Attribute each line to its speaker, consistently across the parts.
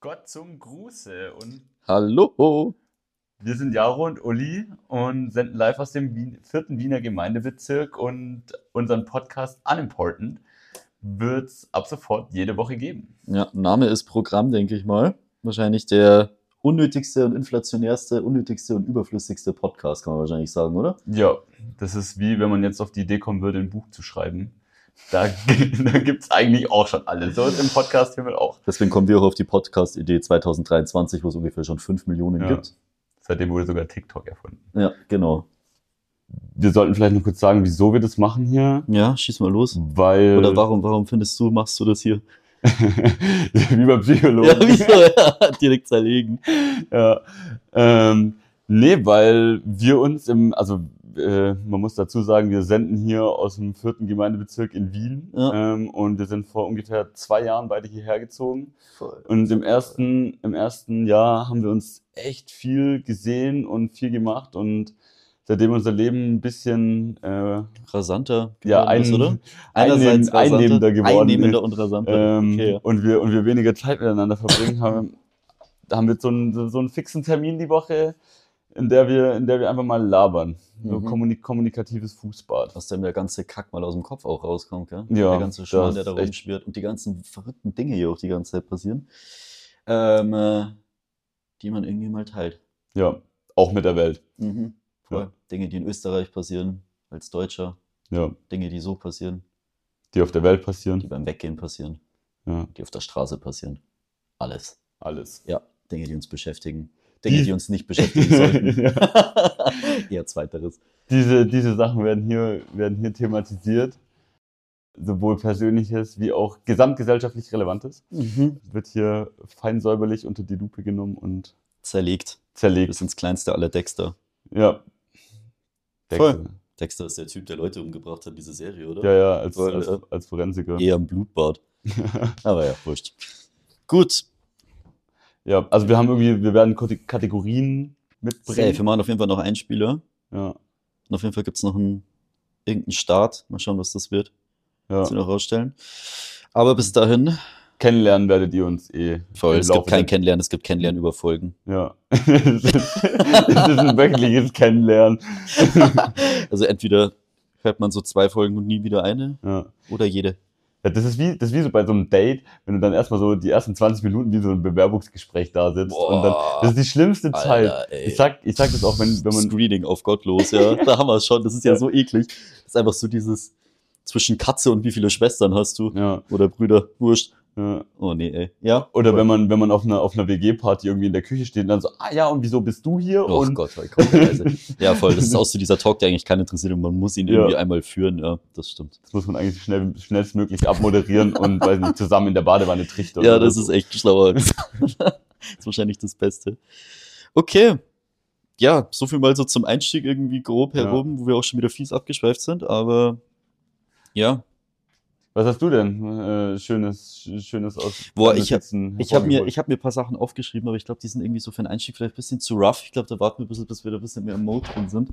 Speaker 1: Gott zum Gruße und
Speaker 2: Hallo.
Speaker 1: wir sind Jaro und Uli und senden live aus dem Wien, vierten Wiener Gemeindebezirk und unseren Podcast Unimportant wird es ab sofort jede Woche geben.
Speaker 2: Ja, Name ist Programm, denke ich mal. Wahrscheinlich der unnötigste und inflationärste, unnötigste und überflüssigste Podcast, kann man wahrscheinlich sagen, oder?
Speaker 1: Ja, das ist wie wenn man jetzt auf die Idee kommen würde, ein Buch zu schreiben. Da, da gibt es eigentlich auch schon alles. So ist im Podcast hier mit auch.
Speaker 2: Deswegen kommen wir auch auf die Podcast-Idee 2023, wo es ungefähr schon 5 Millionen
Speaker 1: Ja.
Speaker 2: gibt.
Speaker 1: Seitdem wurde sogar TikTok erfunden.
Speaker 2: Ja, genau.
Speaker 1: Wir sollten vielleicht noch kurz sagen, wieso wir das machen hier.
Speaker 2: Ja, schieß mal los.
Speaker 1: Weil.
Speaker 2: Äh. Oder warum, warum findest du, machst du das hier?
Speaker 1: wie beim Psychologen.
Speaker 2: Ja, wieso? Ja, direkt zerlegen.
Speaker 1: Ja. Ähm, nee, weil wir uns im, also äh, man muss dazu sagen, wir senden hier aus dem vierten Gemeindebezirk in Wien
Speaker 2: Ja.
Speaker 1: ähm, und wir sind vor ungefähr zwei Jahren beide hierher gezogen. Und im ersten, im ersten Jahr haben wir uns echt viel gesehen und viel gemacht und seitdem unser Leben ein bisschen äh,
Speaker 2: Rasanter.
Speaker 1: ja,
Speaker 2: geworden ist,
Speaker 1: ein,
Speaker 2: oder?
Speaker 1: einnehmen-
Speaker 2: rasanter,
Speaker 1: einnehmender geworden
Speaker 2: Einnehmender und rasanter.
Speaker 1: ähm,
Speaker 2: okay.
Speaker 1: und, wir, und wir weniger Zeit miteinander verbringen, haben, da haben wir so einen, so- so einen fixen Termin die Woche, in der wir, in der wir einfach mal labern. So
Speaker 2: Mhm.
Speaker 1: kommunik kommunikatives Fußbad.
Speaker 2: dass dann der ganze Kack mal aus dem Kopf auch rauskommt, gell?
Speaker 1: Ja,
Speaker 2: Der ganze Schmarrn,
Speaker 1: das
Speaker 2: der da
Speaker 1: ist echt-
Speaker 2: rumschwirrt und die ganzen verrückten Dinge hier auch die ganze Zeit passieren, ähm, äh, die man irgendwie mal teilt.
Speaker 1: Ja, auch mit der Welt.
Speaker 2: Mhm. Voll.
Speaker 1: Ja.
Speaker 2: Dinge, die in Österreich passieren, als Deutscher,
Speaker 1: Ja,
Speaker 2: Dinge, die so passieren,
Speaker 1: die auf der Welt
Speaker 2: die
Speaker 1: passieren.
Speaker 2: beim Weggehen passieren,
Speaker 1: Ja,
Speaker 2: die auf der Straße passieren. Alles.
Speaker 1: alles.
Speaker 2: Ja, Dinge, die uns beschäftigen. Dinge,
Speaker 1: Die-
Speaker 2: die uns nicht beschäftigen sollten.
Speaker 1: ja.
Speaker 2: Eher zweiteres.
Speaker 1: diese, diese Sachen werden hier, werden hier thematisiert. Sowohl persönliches wie auch gesamtgesellschaftlich relevantes.
Speaker 2: Mhm.
Speaker 1: Wird hier fein säuberlich unter die Lupe genommen und
Speaker 2: Zerlegt.
Speaker 1: zerlegt.
Speaker 2: Bis ins Kleinste aller Dexter.
Speaker 1: Ja.
Speaker 2: Voll.
Speaker 1: Dexter.
Speaker 2: Dexter ist der Typ, der Leute umgebracht hat, diese Serie, oder?
Speaker 1: Ja, ja, als,
Speaker 2: Weil,
Speaker 1: als,
Speaker 2: äh,
Speaker 1: als Forensiker.
Speaker 2: Eher im Blutbad. Aber ja, wurscht. Gut,
Speaker 1: Ja, also wir haben irgendwie, wir werden Kate- Kategorien mitbringen.
Speaker 2: safe. Wir machen auf jeden Fall noch einen Spieler.
Speaker 1: Ja,
Speaker 2: Und auf jeden Fall gibt es noch einen, irgendeinen Start. Mal schauen, was das wird. Das
Speaker 1: ja.
Speaker 2: wir noch rausstellen. Aber bis dahin,
Speaker 1: Kennenlernen werdet ihr uns eh.
Speaker 2: voll,
Speaker 1: im
Speaker 2: es gibt
Speaker 1: Laufe
Speaker 2: kein
Speaker 1: der-
Speaker 2: Kennenlernen, es gibt Kennenlernen über Folgen.
Speaker 1: Ja. es ist es ist ein wöchentliches Kennenlernen.
Speaker 2: Also entweder hört man so zwei Folgen und nie wieder eine
Speaker 1: Ja.
Speaker 2: oder jede.
Speaker 1: Ja, das, ist wie, das ist wie so bei so einem Date, wenn du dann erstmal so die ersten 20 Minuten wie so ein Bewerbungsgespräch da sitzt. Und dann, das ist die schlimmste Zeit.
Speaker 2: Alter, ey.
Speaker 1: Ich sag, ich sag das auch, wenn, wenn man.
Speaker 2: Screening auf gottlos, ja. Da haben wir es schon. Das ist ja
Speaker 1: Ja.
Speaker 2: so eklig. Das ist einfach so dieses zwischen Katze und wie viele Schwestern hast du
Speaker 1: Ja,
Speaker 2: oder Brüder, wurscht.
Speaker 1: ja.
Speaker 2: Oh nee, ey. Ja.
Speaker 1: Oder wenn man, wenn man auf einer, auf einer WG-Party irgendwie in der Küche steht und dann so, ah ja, und wieso bist du hier?
Speaker 2: Oh
Speaker 1: und
Speaker 2: Gott, oh Gott, leise. ja, voll. Das ist auch so dieser Talk, der eigentlich keinen interessiert und man muss ihn irgendwie
Speaker 1: Ja.
Speaker 2: einmal führen. Ja, das stimmt.
Speaker 1: Das muss man eigentlich schnell, schnellstmöglich abmoderieren und weiß nicht, zusammen in der Badewanne trichtern.
Speaker 2: ja,
Speaker 1: oder
Speaker 2: das
Speaker 1: so.
Speaker 2: ist echt schlauer. das ist wahrscheinlich das Beste. Okay. Ja, so viel mal so zum Einstieg irgendwie grob
Speaker 1: Ja.
Speaker 2: herum, wo wir auch schon wieder fies abgeschweift sind, aber ja.
Speaker 1: Was hast du denn äh, schönes, sch- schönes aus?
Speaker 2: Boah,
Speaker 1: deinen
Speaker 2: ich hab-
Speaker 1: Notizen
Speaker 2: Ich habe mir,
Speaker 1: hervorgeholt?
Speaker 2: ich hab mir ein paar Sachen aufgeschrieben, aber ich glaube, die sind irgendwie so für den Einstieg vielleicht ein bisschen zu rough. Ich glaube, da warten wir ein bisschen, bis wir da ein bisschen mehr im Mode drin sind.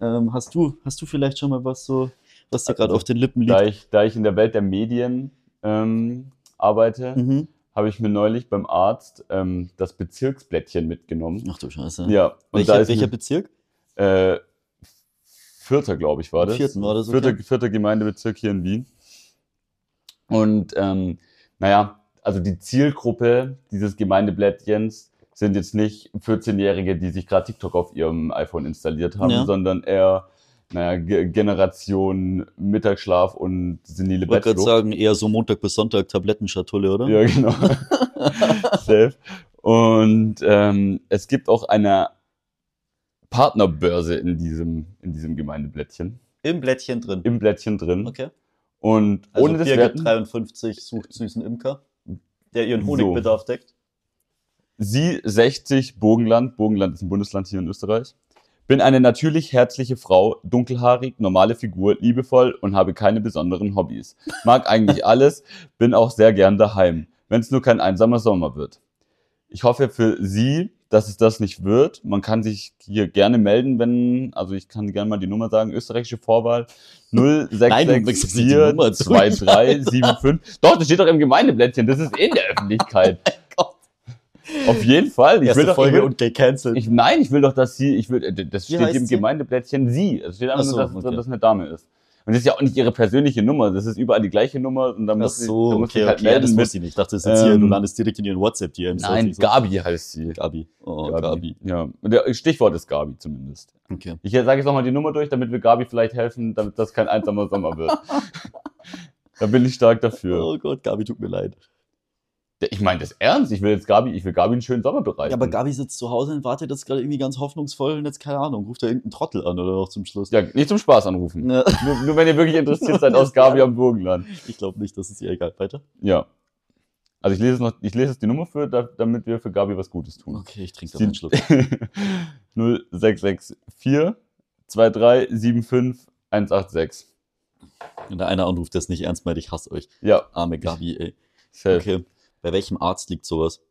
Speaker 2: Ähm, hast, du, hast du vielleicht schon mal was so, was dir gerade
Speaker 1: Also,
Speaker 2: auf den Lippen
Speaker 1: da
Speaker 2: liegt?
Speaker 1: ich, da ich in der Welt der Medien ähm, arbeite,
Speaker 2: Mhm.
Speaker 1: habe ich mir neulich beim Arzt ähm, das Bezirksblättchen mitgenommen.
Speaker 2: Ach du Scheiße.
Speaker 1: Ja, und da
Speaker 2: welcher
Speaker 1: ist
Speaker 2: welcher
Speaker 1: mir-
Speaker 2: Bezirk?
Speaker 1: äh, vierter, glaube ich, war
Speaker 2: Im
Speaker 1: das.
Speaker 2: vierten war das, okay.
Speaker 1: vierter, vierter Gemeindebezirk hier in Wien. Und ähm, naja, also die Zielgruppe dieses Gemeindeblättchens sind jetzt nicht 14-Jährige, die sich gerade TikTok auf ihrem iPhone installiert haben,
Speaker 2: Ja.
Speaker 1: sondern eher naja, Ge- Generation Mittagsschlaf und senile
Speaker 2: Ich wollte gerade
Speaker 1: Bettflucht.
Speaker 2: sagen, eher so Montag bis Sonntag Tablettenschatulle, oder?
Speaker 1: Ja, genau. Safe. Und ähm, es gibt auch eine Partnerbörse in diesem, in diesem Gemeindeblättchen.
Speaker 2: Im Blättchen drin.
Speaker 1: im Blättchen drin.
Speaker 2: Okay.
Speaker 1: Und
Speaker 2: Also
Speaker 1: ohne das
Speaker 2: Birgit
Speaker 1: Werten,
Speaker 2: 53 sucht süßen Imker, der ihren
Speaker 1: So.
Speaker 2: Honigbedarf deckt.
Speaker 1: sie 60 Burgenland, Burgenland ist ein Bundesland hier in Österreich. Bin eine natürlich herzliche Frau, dunkelhaarig, normale Figur, liebevoll und habe keine besonderen Hobbys. Mag eigentlich alles, bin auch sehr gern daheim, wenn es nur kein einsamer Sommer wird. Ich hoffe für Sie, dass es das nicht wird. Man kann sich hier gerne melden, wenn, also ich kann gerne mal die Nummer sagen, österreichische Vorwahl
Speaker 2: Nein, du bringst jetzt nicht die Nummer zu.
Speaker 1: 066423775. Doch, das steht doch im Gemeindeblättchen, das ist in der Öffentlichkeit. Auf jeden Fall. Ich will
Speaker 2: Erste
Speaker 1: doch,
Speaker 2: Folge
Speaker 1: ich will,
Speaker 2: und gecancelt.
Speaker 1: ich, nein, ich will doch, dass sie, ich will, äh, das
Speaker 2: Wie
Speaker 1: steht
Speaker 2: heißt
Speaker 1: hier im
Speaker 2: sie?
Speaker 1: Gemeindeblättchen sie. Es steht einfach
Speaker 2: Ach
Speaker 1: nur, dass,
Speaker 2: so, okay.
Speaker 1: dass eine Dame ist. Und das ist ja auch nicht ihre persönliche Nummer. Das ist überall die gleiche Nummer und dann
Speaker 2: Ach
Speaker 1: muss
Speaker 2: so,
Speaker 1: sie, da muss
Speaker 2: okay,
Speaker 1: sie halt
Speaker 2: okay, ja, das
Speaker 1: melden mit.
Speaker 2: wusste ich nicht. Ich dachte, das ist jetzt hier,
Speaker 1: Ähm,
Speaker 2: du landest direkt in ihren WhatsApp-DMs.
Speaker 1: Nein,
Speaker 2: Also,
Speaker 1: Gabi heißt sie.
Speaker 2: Gabi. Oh, Gabi.
Speaker 1: Ja, und der Stichwort ist Gabi zumindest.
Speaker 2: Okay.
Speaker 1: Ich sage jetzt nochmal die Nummer durch, damit wir Gabi vielleicht helfen, damit das kein einsamer Sommer wird. da bin ich stark dafür.
Speaker 2: Oh Gott, Gabi, tut mir leid.
Speaker 1: Ich meine das ernst. Ich will jetzt Gabi, ich will Gabi einen schönen Sommer bereiten.
Speaker 2: Ja, aber Gabi sitzt zu Hause und wartet jetzt gerade irgendwie ganz hoffnungsvoll und jetzt, keine Ahnung, ruft da irgendeinen Trottel an oder auch zum Schluss.
Speaker 1: Ja, nicht zum Spaß anrufen.
Speaker 2: Ne,
Speaker 1: nur, nur wenn ihr wirklich interessiert seid aus Gabi am Burgenland.
Speaker 2: Ich glaube nicht, das ist ihr egal. Weiter?
Speaker 1: Ja. Also ich lese, es noch, ich lese jetzt die Nummer für, da- damit wir für Gabi was Gutes tun.
Speaker 2: Okay, ich trinke da
Speaker 1: Sie-
Speaker 2: mal einen Schluck.
Speaker 1: 0664 23 75 186.
Speaker 2: Wenn da einer anruft, der es nicht ernst meint, ich hasse euch.
Speaker 1: Ja,
Speaker 2: Arme Gabi, ey.
Speaker 1: safe.
Speaker 2: Okay. Bei welchem Arzt liegt sowas?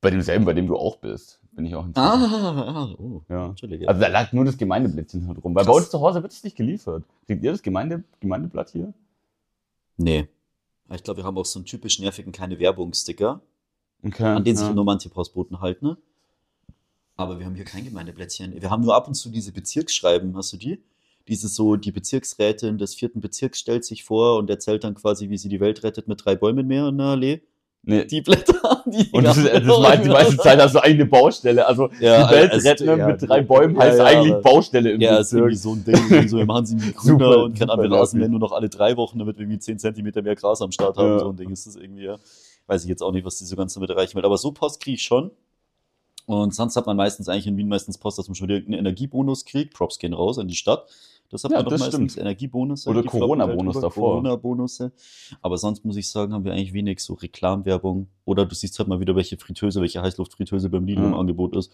Speaker 1: Bei demselben, bei dem du auch bist, bin ich auch in
Speaker 2: Ah, ah, oh.
Speaker 1: Ja.
Speaker 2: Entschuldige.
Speaker 1: Also da lag nur das Gemeindeblättchen halt rum. Weil bei
Speaker 2: Krass.
Speaker 1: uns zu Hause wird es nicht geliefert. Kriegt ihr das Gemeinde Gemeindeblatt hier?
Speaker 2: nee. Ah, Ich glaube, wir haben auch so einen typisch nervigen keine Werbung-Sticker,
Speaker 1: Okay.
Speaker 2: an den sich
Speaker 1: ja.
Speaker 2: nur manche Postboten halten. ne? Aber wir haben hier kein Gemeindeblättchen. Wir haben nur ab und zu diese Bezirksschreiben, hast du die? Dieses so, die Bezirksrätin des vierten Bezirks stellt sich vor und erzählt dann quasi, wie sie die Welt rettet mit drei Bäumen mehr in der Allee.
Speaker 1: nee.
Speaker 2: Die Blätter, die
Speaker 1: Und das, ist, das meint die meiste Zeit hast du eigene Baustelle. Also
Speaker 2: Ja,
Speaker 1: die Welt
Speaker 2: also-
Speaker 1: retten
Speaker 2: ja,
Speaker 1: mit drei Bäumen
Speaker 2: ja,
Speaker 1: heißt
Speaker 2: ja,
Speaker 1: eigentlich
Speaker 2: aber-
Speaker 1: Baustelle im
Speaker 2: Ja, ist irgendwie
Speaker 1: Bezirk.
Speaker 2: so ein Ding. irgendwie So, wir machen sie irgendwie grüner
Speaker 1: Super,
Speaker 2: und keine
Speaker 1: super
Speaker 2: Ahnung, wir rasen
Speaker 1: nervig.
Speaker 2: dann nur noch alle drei Wochen, damit wir irgendwie 10 Zentimeter mehr Gras am Start haben.
Speaker 1: Ja.
Speaker 2: So ein Ding ist das irgendwie, ja. Weiß ich jetzt auch nicht, was die so ganz damit erreichen will. Aber so Post kriege ich schon. Und sonst hat man meistens eigentlich in Wien meistens Post, dass man schon irgendeinen Energiebonus kriegt. Props gehen raus an die Stadt. Das hat
Speaker 1: Ja,
Speaker 2: man doch
Speaker 1: das
Speaker 2: meistens
Speaker 1: stimmt.
Speaker 2: Energiebonus.
Speaker 1: Oder
Speaker 2: die floppen halt
Speaker 1: Corona-Bonus
Speaker 2: drüber,
Speaker 1: davor.
Speaker 2: Corona-Bonusse. Aber sonst muss ich sagen, haben wir eigentlich wenig so Reklamwerbung. Oder du siehst halt mal wieder, welche Fritteuse, welche Heißluftfritteuse beim Lidl
Speaker 1: Ja.
Speaker 2: im Angebot ist.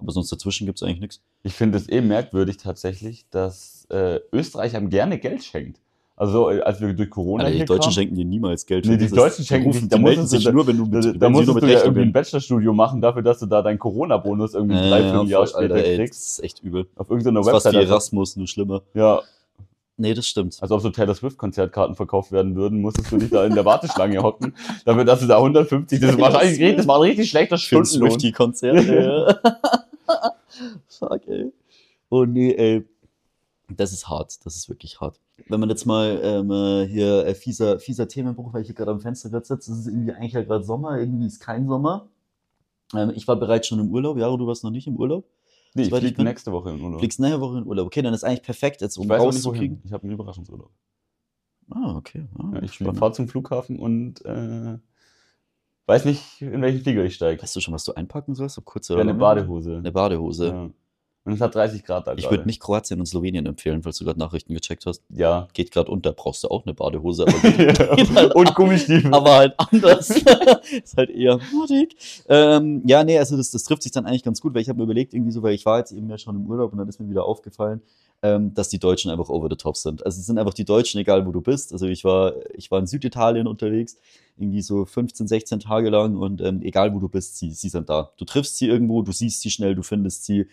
Speaker 2: Aber sonst dazwischen gibt es eigentlich nichts.
Speaker 1: Ich finde es eh merkwürdig tatsächlich, dass äh, Österreich einem gerne Geld schenkt. Also äh, als wir durch Corona
Speaker 2: Alter, die
Speaker 1: hier
Speaker 2: Deutschen
Speaker 1: kamen,
Speaker 2: schenken dir niemals Geld.
Speaker 1: Nee,
Speaker 2: für
Speaker 1: die
Speaker 2: dieses-
Speaker 1: Deutschen schenken
Speaker 2: rufen,
Speaker 1: nicht,
Speaker 2: die
Speaker 1: da
Speaker 2: melden
Speaker 1: musst
Speaker 2: sich
Speaker 1: du-
Speaker 2: nur, wenn du
Speaker 1: da, da
Speaker 2: mit, wenn sie nur
Speaker 1: musstest
Speaker 2: mit
Speaker 1: du ja irgendwie
Speaker 2: Rechnungen.
Speaker 1: ein Bachelorstudio machen dafür, dass du da deinen Corona-Bonus irgendwie drei,
Speaker 2: Ja,
Speaker 1: fünf
Speaker 2: voll,
Speaker 1: Jahre später
Speaker 2: Äh, Alter, ey,
Speaker 1: kriegst.
Speaker 2: Das ist echt übel.
Speaker 1: Auf irgendeiner
Speaker 2: Das ist fast wie
Speaker 1: Website. einfach-
Speaker 2: Erasmus, nur schlimmer.
Speaker 1: Ja,
Speaker 2: Nee, das stimmt.
Speaker 1: Also ob so Taylor Swift Konzertkarten verkauft werden würden, musstest du dich da in der Warteschlange hocken, dafür dass du da 150, das war
Speaker 2: Taylor
Speaker 1: wahrscheinlich
Speaker 2: Swift.
Speaker 1: das war ein richtig schlechter
Speaker 2: Schön
Speaker 1: Stundenlohn.
Speaker 2: Swifty-Konzerte. ja. Fuck, ey. Oh nee, ey. Das ist hart, das ist wirklich hart. Wenn man jetzt mal ähm, äh, hier äh, fieser, fieser Themenbruch, weil ich hier gerade am Fenster gerade sitze, es ist irgendwie eigentlich halt gerade Sommer, irgendwie ist kein Sommer. Ähm, ich war bereits schon im Urlaub, ja, du warst noch nicht im Urlaub.
Speaker 1: Nee, ich
Speaker 2: Soweit ich
Speaker 1: fliege
Speaker 2: bin.
Speaker 1: nächste Woche in Urlaub.
Speaker 2: ne? Fliegst nächste Woche in Urlaub. Okay, dann ist eigentlich perfekt, jetzt um
Speaker 1: ich weiß auch nicht wohin.
Speaker 2: rauszukriegen.
Speaker 1: Ich habe einen Überraschungsurlaub.
Speaker 2: Ah, okay. Ah,
Speaker 1: Ja, ich
Speaker 2: spannend.
Speaker 1: fahre zum Flughafen und äh, weiß nicht, in welchen Flieger ich steige.
Speaker 2: Weißt du schon, was du einpacken sollst? Ob kurze
Speaker 1: Ja,
Speaker 2: oder
Speaker 1: eine
Speaker 2: lange?
Speaker 1: Badehose.
Speaker 2: Eine Badehose.
Speaker 1: Ja. Und es hat 30 Grad da
Speaker 2: Ich
Speaker 1: gerade.
Speaker 2: würde nicht Kroatien und Slowenien empfehlen, falls du gerade Nachrichten gecheckt hast.
Speaker 1: Ja.
Speaker 2: Geht gerade unter, brauchst du auch eine Badehose, aber, geht,
Speaker 1: und Gummistiefel.
Speaker 2: aber halt anders. ist halt eher mutig. Ähm, ja, nee, also das, das trifft sich dann eigentlich ganz gut, weil ich habe mir überlegt, irgendwie so, weil ich war jetzt eben ja schon im Urlaub und dann ist mir wieder aufgefallen, ähm, dass die Deutschen einfach over the top sind. Also es sind einfach die Deutschen, egal wo du bist. Also ich war, ich war in Süditalien unterwegs, irgendwie so 15, 16 Tage lang und ähm, egal wo du bist, sie, sie sind da. Du triffst sie irgendwo, du siehst sie schnell, du findest sie.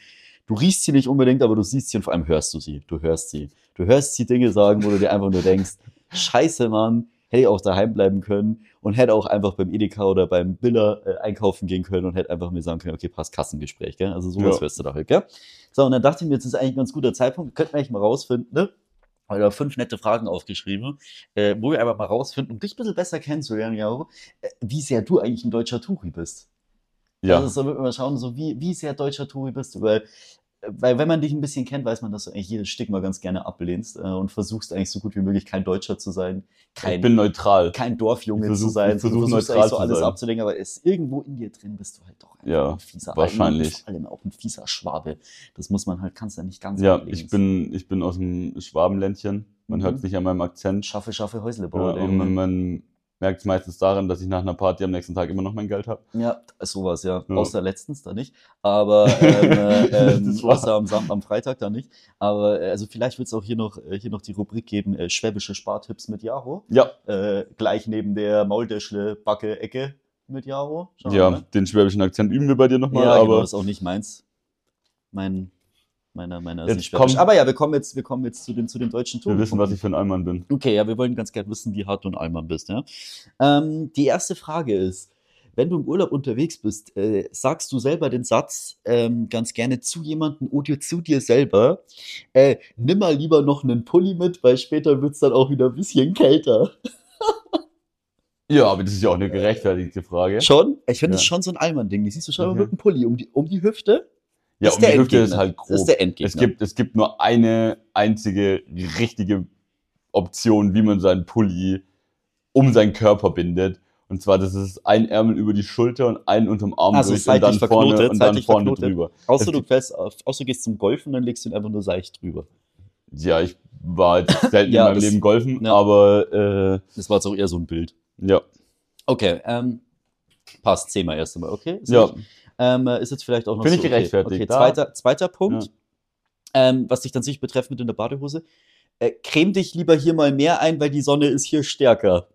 Speaker 2: Du riechst sie nicht unbedingt, aber du siehst sie und vor allem hörst du sie. Du hörst sie. Du hörst sie Dinge sagen, wo du dir einfach nur denkst, scheiße, Mann, hätte ich auch daheim bleiben können und hätte auch einfach beim Edeka oder beim Biller äh, einkaufen gehen können und hätte einfach mir sagen können, okay, passt Kassengespräch, gell? Also sowas
Speaker 1: Ja.
Speaker 2: hörst du da halt, gell? So, und dann dachte ich mir, jetzt ist eigentlich ein ganz guter Zeitpunkt, könnten wir eigentlich mal rausfinden, ne? Oder fünf nette Fragen aufgeschrieben, äh, wo wir einfach mal rausfinden, um dich ein bisschen besser kennenzulernen, Jaro, äh, wie sehr du eigentlich ein deutscher Touri bist. Also
Speaker 1: ja.
Speaker 2: so wird man mal schauen, so wie, wie sehr deutscher Touri bist du, weil, weil wenn man dich ein bisschen kennt, weiß man, dass du eigentlich jedes Stigma ganz gerne ablehnst äh, und versuchst eigentlich so gut wie möglich kein Deutscher zu sein,
Speaker 1: Ich
Speaker 2: kein,
Speaker 1: bin neutral.
Speaker 2: kein Dorfjunge
Speaker 1: Ich versuch-
Speaker 2: zu sein,
Speaker 1: ich versuch
Speaker 2: du versuchst
Speaker 1: neutral
Speaker 2: eigentlich so
Speaker 1: zu
Speaker 2: alles
Speaker 1: sein.
Speaker 2: abzulehnen, aber es, irgendwo in dir drin bist du halt doch einfach
Speaker 1: Ja,
Speaker 2: ein fieser
Speaker 1: wahrscheinlich.
Speaker 2: Alman und vor allem auch ein fieser Schwabe. Das muss man halt, kannst du ja nicht ganz
Speaker 1: Ja,
Speaker 2: ablehnen.
Speaker 1: ich bin, ich bin aus dem Schwabenländchen. Man
Speaker 2: Mhm.
Speaker 1: hört es nicht an meinem Akzent.
Speaker 2: Schaffe, schaffe
Speaker 1: Ja,
Speaker 2: Häuslebauer, der
Speaker 1: und
Speaker 2: Junge.
Speaker 1: man merkt es meistens daran, dass ich nach einer Party am nächsten Tag immer noch mein Geld habe.
Speaker 2: Ja, sowas, ja.
Speaker 1: Ja.
Speaker 2: Außer letztens, da nicht. Aber ähm, äh, ähm,
Speaker 1: Das war-
Speaker 2: außer am, Sam am Freitag, da nicht. Aber äh, also vielleicht wird es auch hier noch, äh, hier noch die Rubrik geben, äh, schwäbische Spartipps mit Jaro.
Speaker 1: Ja,
Speaker 2: Äh, gleich neben der Maultäschle-Backe-Ecke mit Jaro. Schauen wir
Speaker 1: ja,
Speaker 2: mal.
Speaker 1: den schwäbischen Akzent üben wir bei dir nochmal,
Speaker 2: ne? ja genau,
Speaker 1: aber
Speaker 2: ist auch nicht meins. Mein, meiner, meiner
Speaker 1: Jetzt
Speaker 2: ist nicht schwäbisch.
Speaker 1: kommt-
Speaker 2: Aber ja, wir kommen jetzt, wir kommen jetzt zu dem, zu dem deutschen
Speaker 1: wir
Speaker 2: Tour.
Speaker 1: wissen, was ich für ein Allmann bin.
Speaker 2: Okay, ja, wir wollen ganz gern wissen, wie hart du ein Allmann bist, ja. Ähm, die erste Frage ist, wenn du im Urlaub unterwegs bist, äh, sagst du selber den Satz ähm, ganz gerne zu jemandem oder zu dir selber, äh, nimm mal lieber noch einen Pulli mit, weil später wird es dann auch wieder ein bisschen kälter.
Speaker 1: Ja, aber das ist ja auch eine gerechtfertigte Frage.
Speaker 2: Schon? Ich finde das
Speaker 1: Ja.
Speaker 2: schon so ein Allmann-Ding. Die siehst du schon immer
Speaker 1: Mhm.
Speaker 2: mit einem Pulli um die, um die Hüfte.
Speaker 1: Ja,
Speaker 2: Das
Speaker 1: und die
Speaker 2: der
Speaker 1: Hüfte ist
Speaker 2: Endgegner.
Speaker 1: halt grob.
Speaker 2: Das ist der Endgegner.
Speaker 1: es, gibt, es gibt nur eine einzige richtige Option, wie man seinen Pulli um seinen Körper bindet. Und zwar, das ist ein Ärmel über die Schulter und einen unterm Arm
Speaker 2: Also
Speaker 1: durch und
Speaker 2: seitlich
Speaker 1: dann vorne
Speaker 2: verknotet,
Speaker 1: und dann
Speaker 2: seitlich
Speaker 1: vorne
Speaker 2: verknotet.
Speaker 1: drüber.
Speaker 2: außer,
Speaker 1: es
Speaker 2: du fährst, auf- außer du gehst zum Golfen, dann legst du ihn einfach nur seicht drüber.
Speaker 1: Ja, ich war jetzt selten
Speaker 2: Ja,
Speaker 1: in meinem
Speaker 2: das-
Speaker 1: Leben golfen,
Speaker 2: ja.
Speaker 1: aber
Speaker 2: Das war jetzt auch eher so ein Bild.
Speaker 1: äh, ja,
Speaker 2: Okay, ähm, passt. Zehnmal erst einmal, okay? Ist
Speaker 1: ja.
Speaker 2: nicht- Ähm, äh, ist jetzt vielleicht auch noch
Speaker 1: Finde ich
Speaker 2: okay.
Speaker 1: gerechtfertigt,
Speaker 2: Okay,
Speaker 1: da-
Speaker 2: zweiter, zweiter Punkt,
Speaker 1: Ja.
Speaker 2: ähm, was dich dann sicher betreffend mit in der Badehose. Äh, creme dich lieber hier mal mehr ein, weil die Sonne ist hier stärker.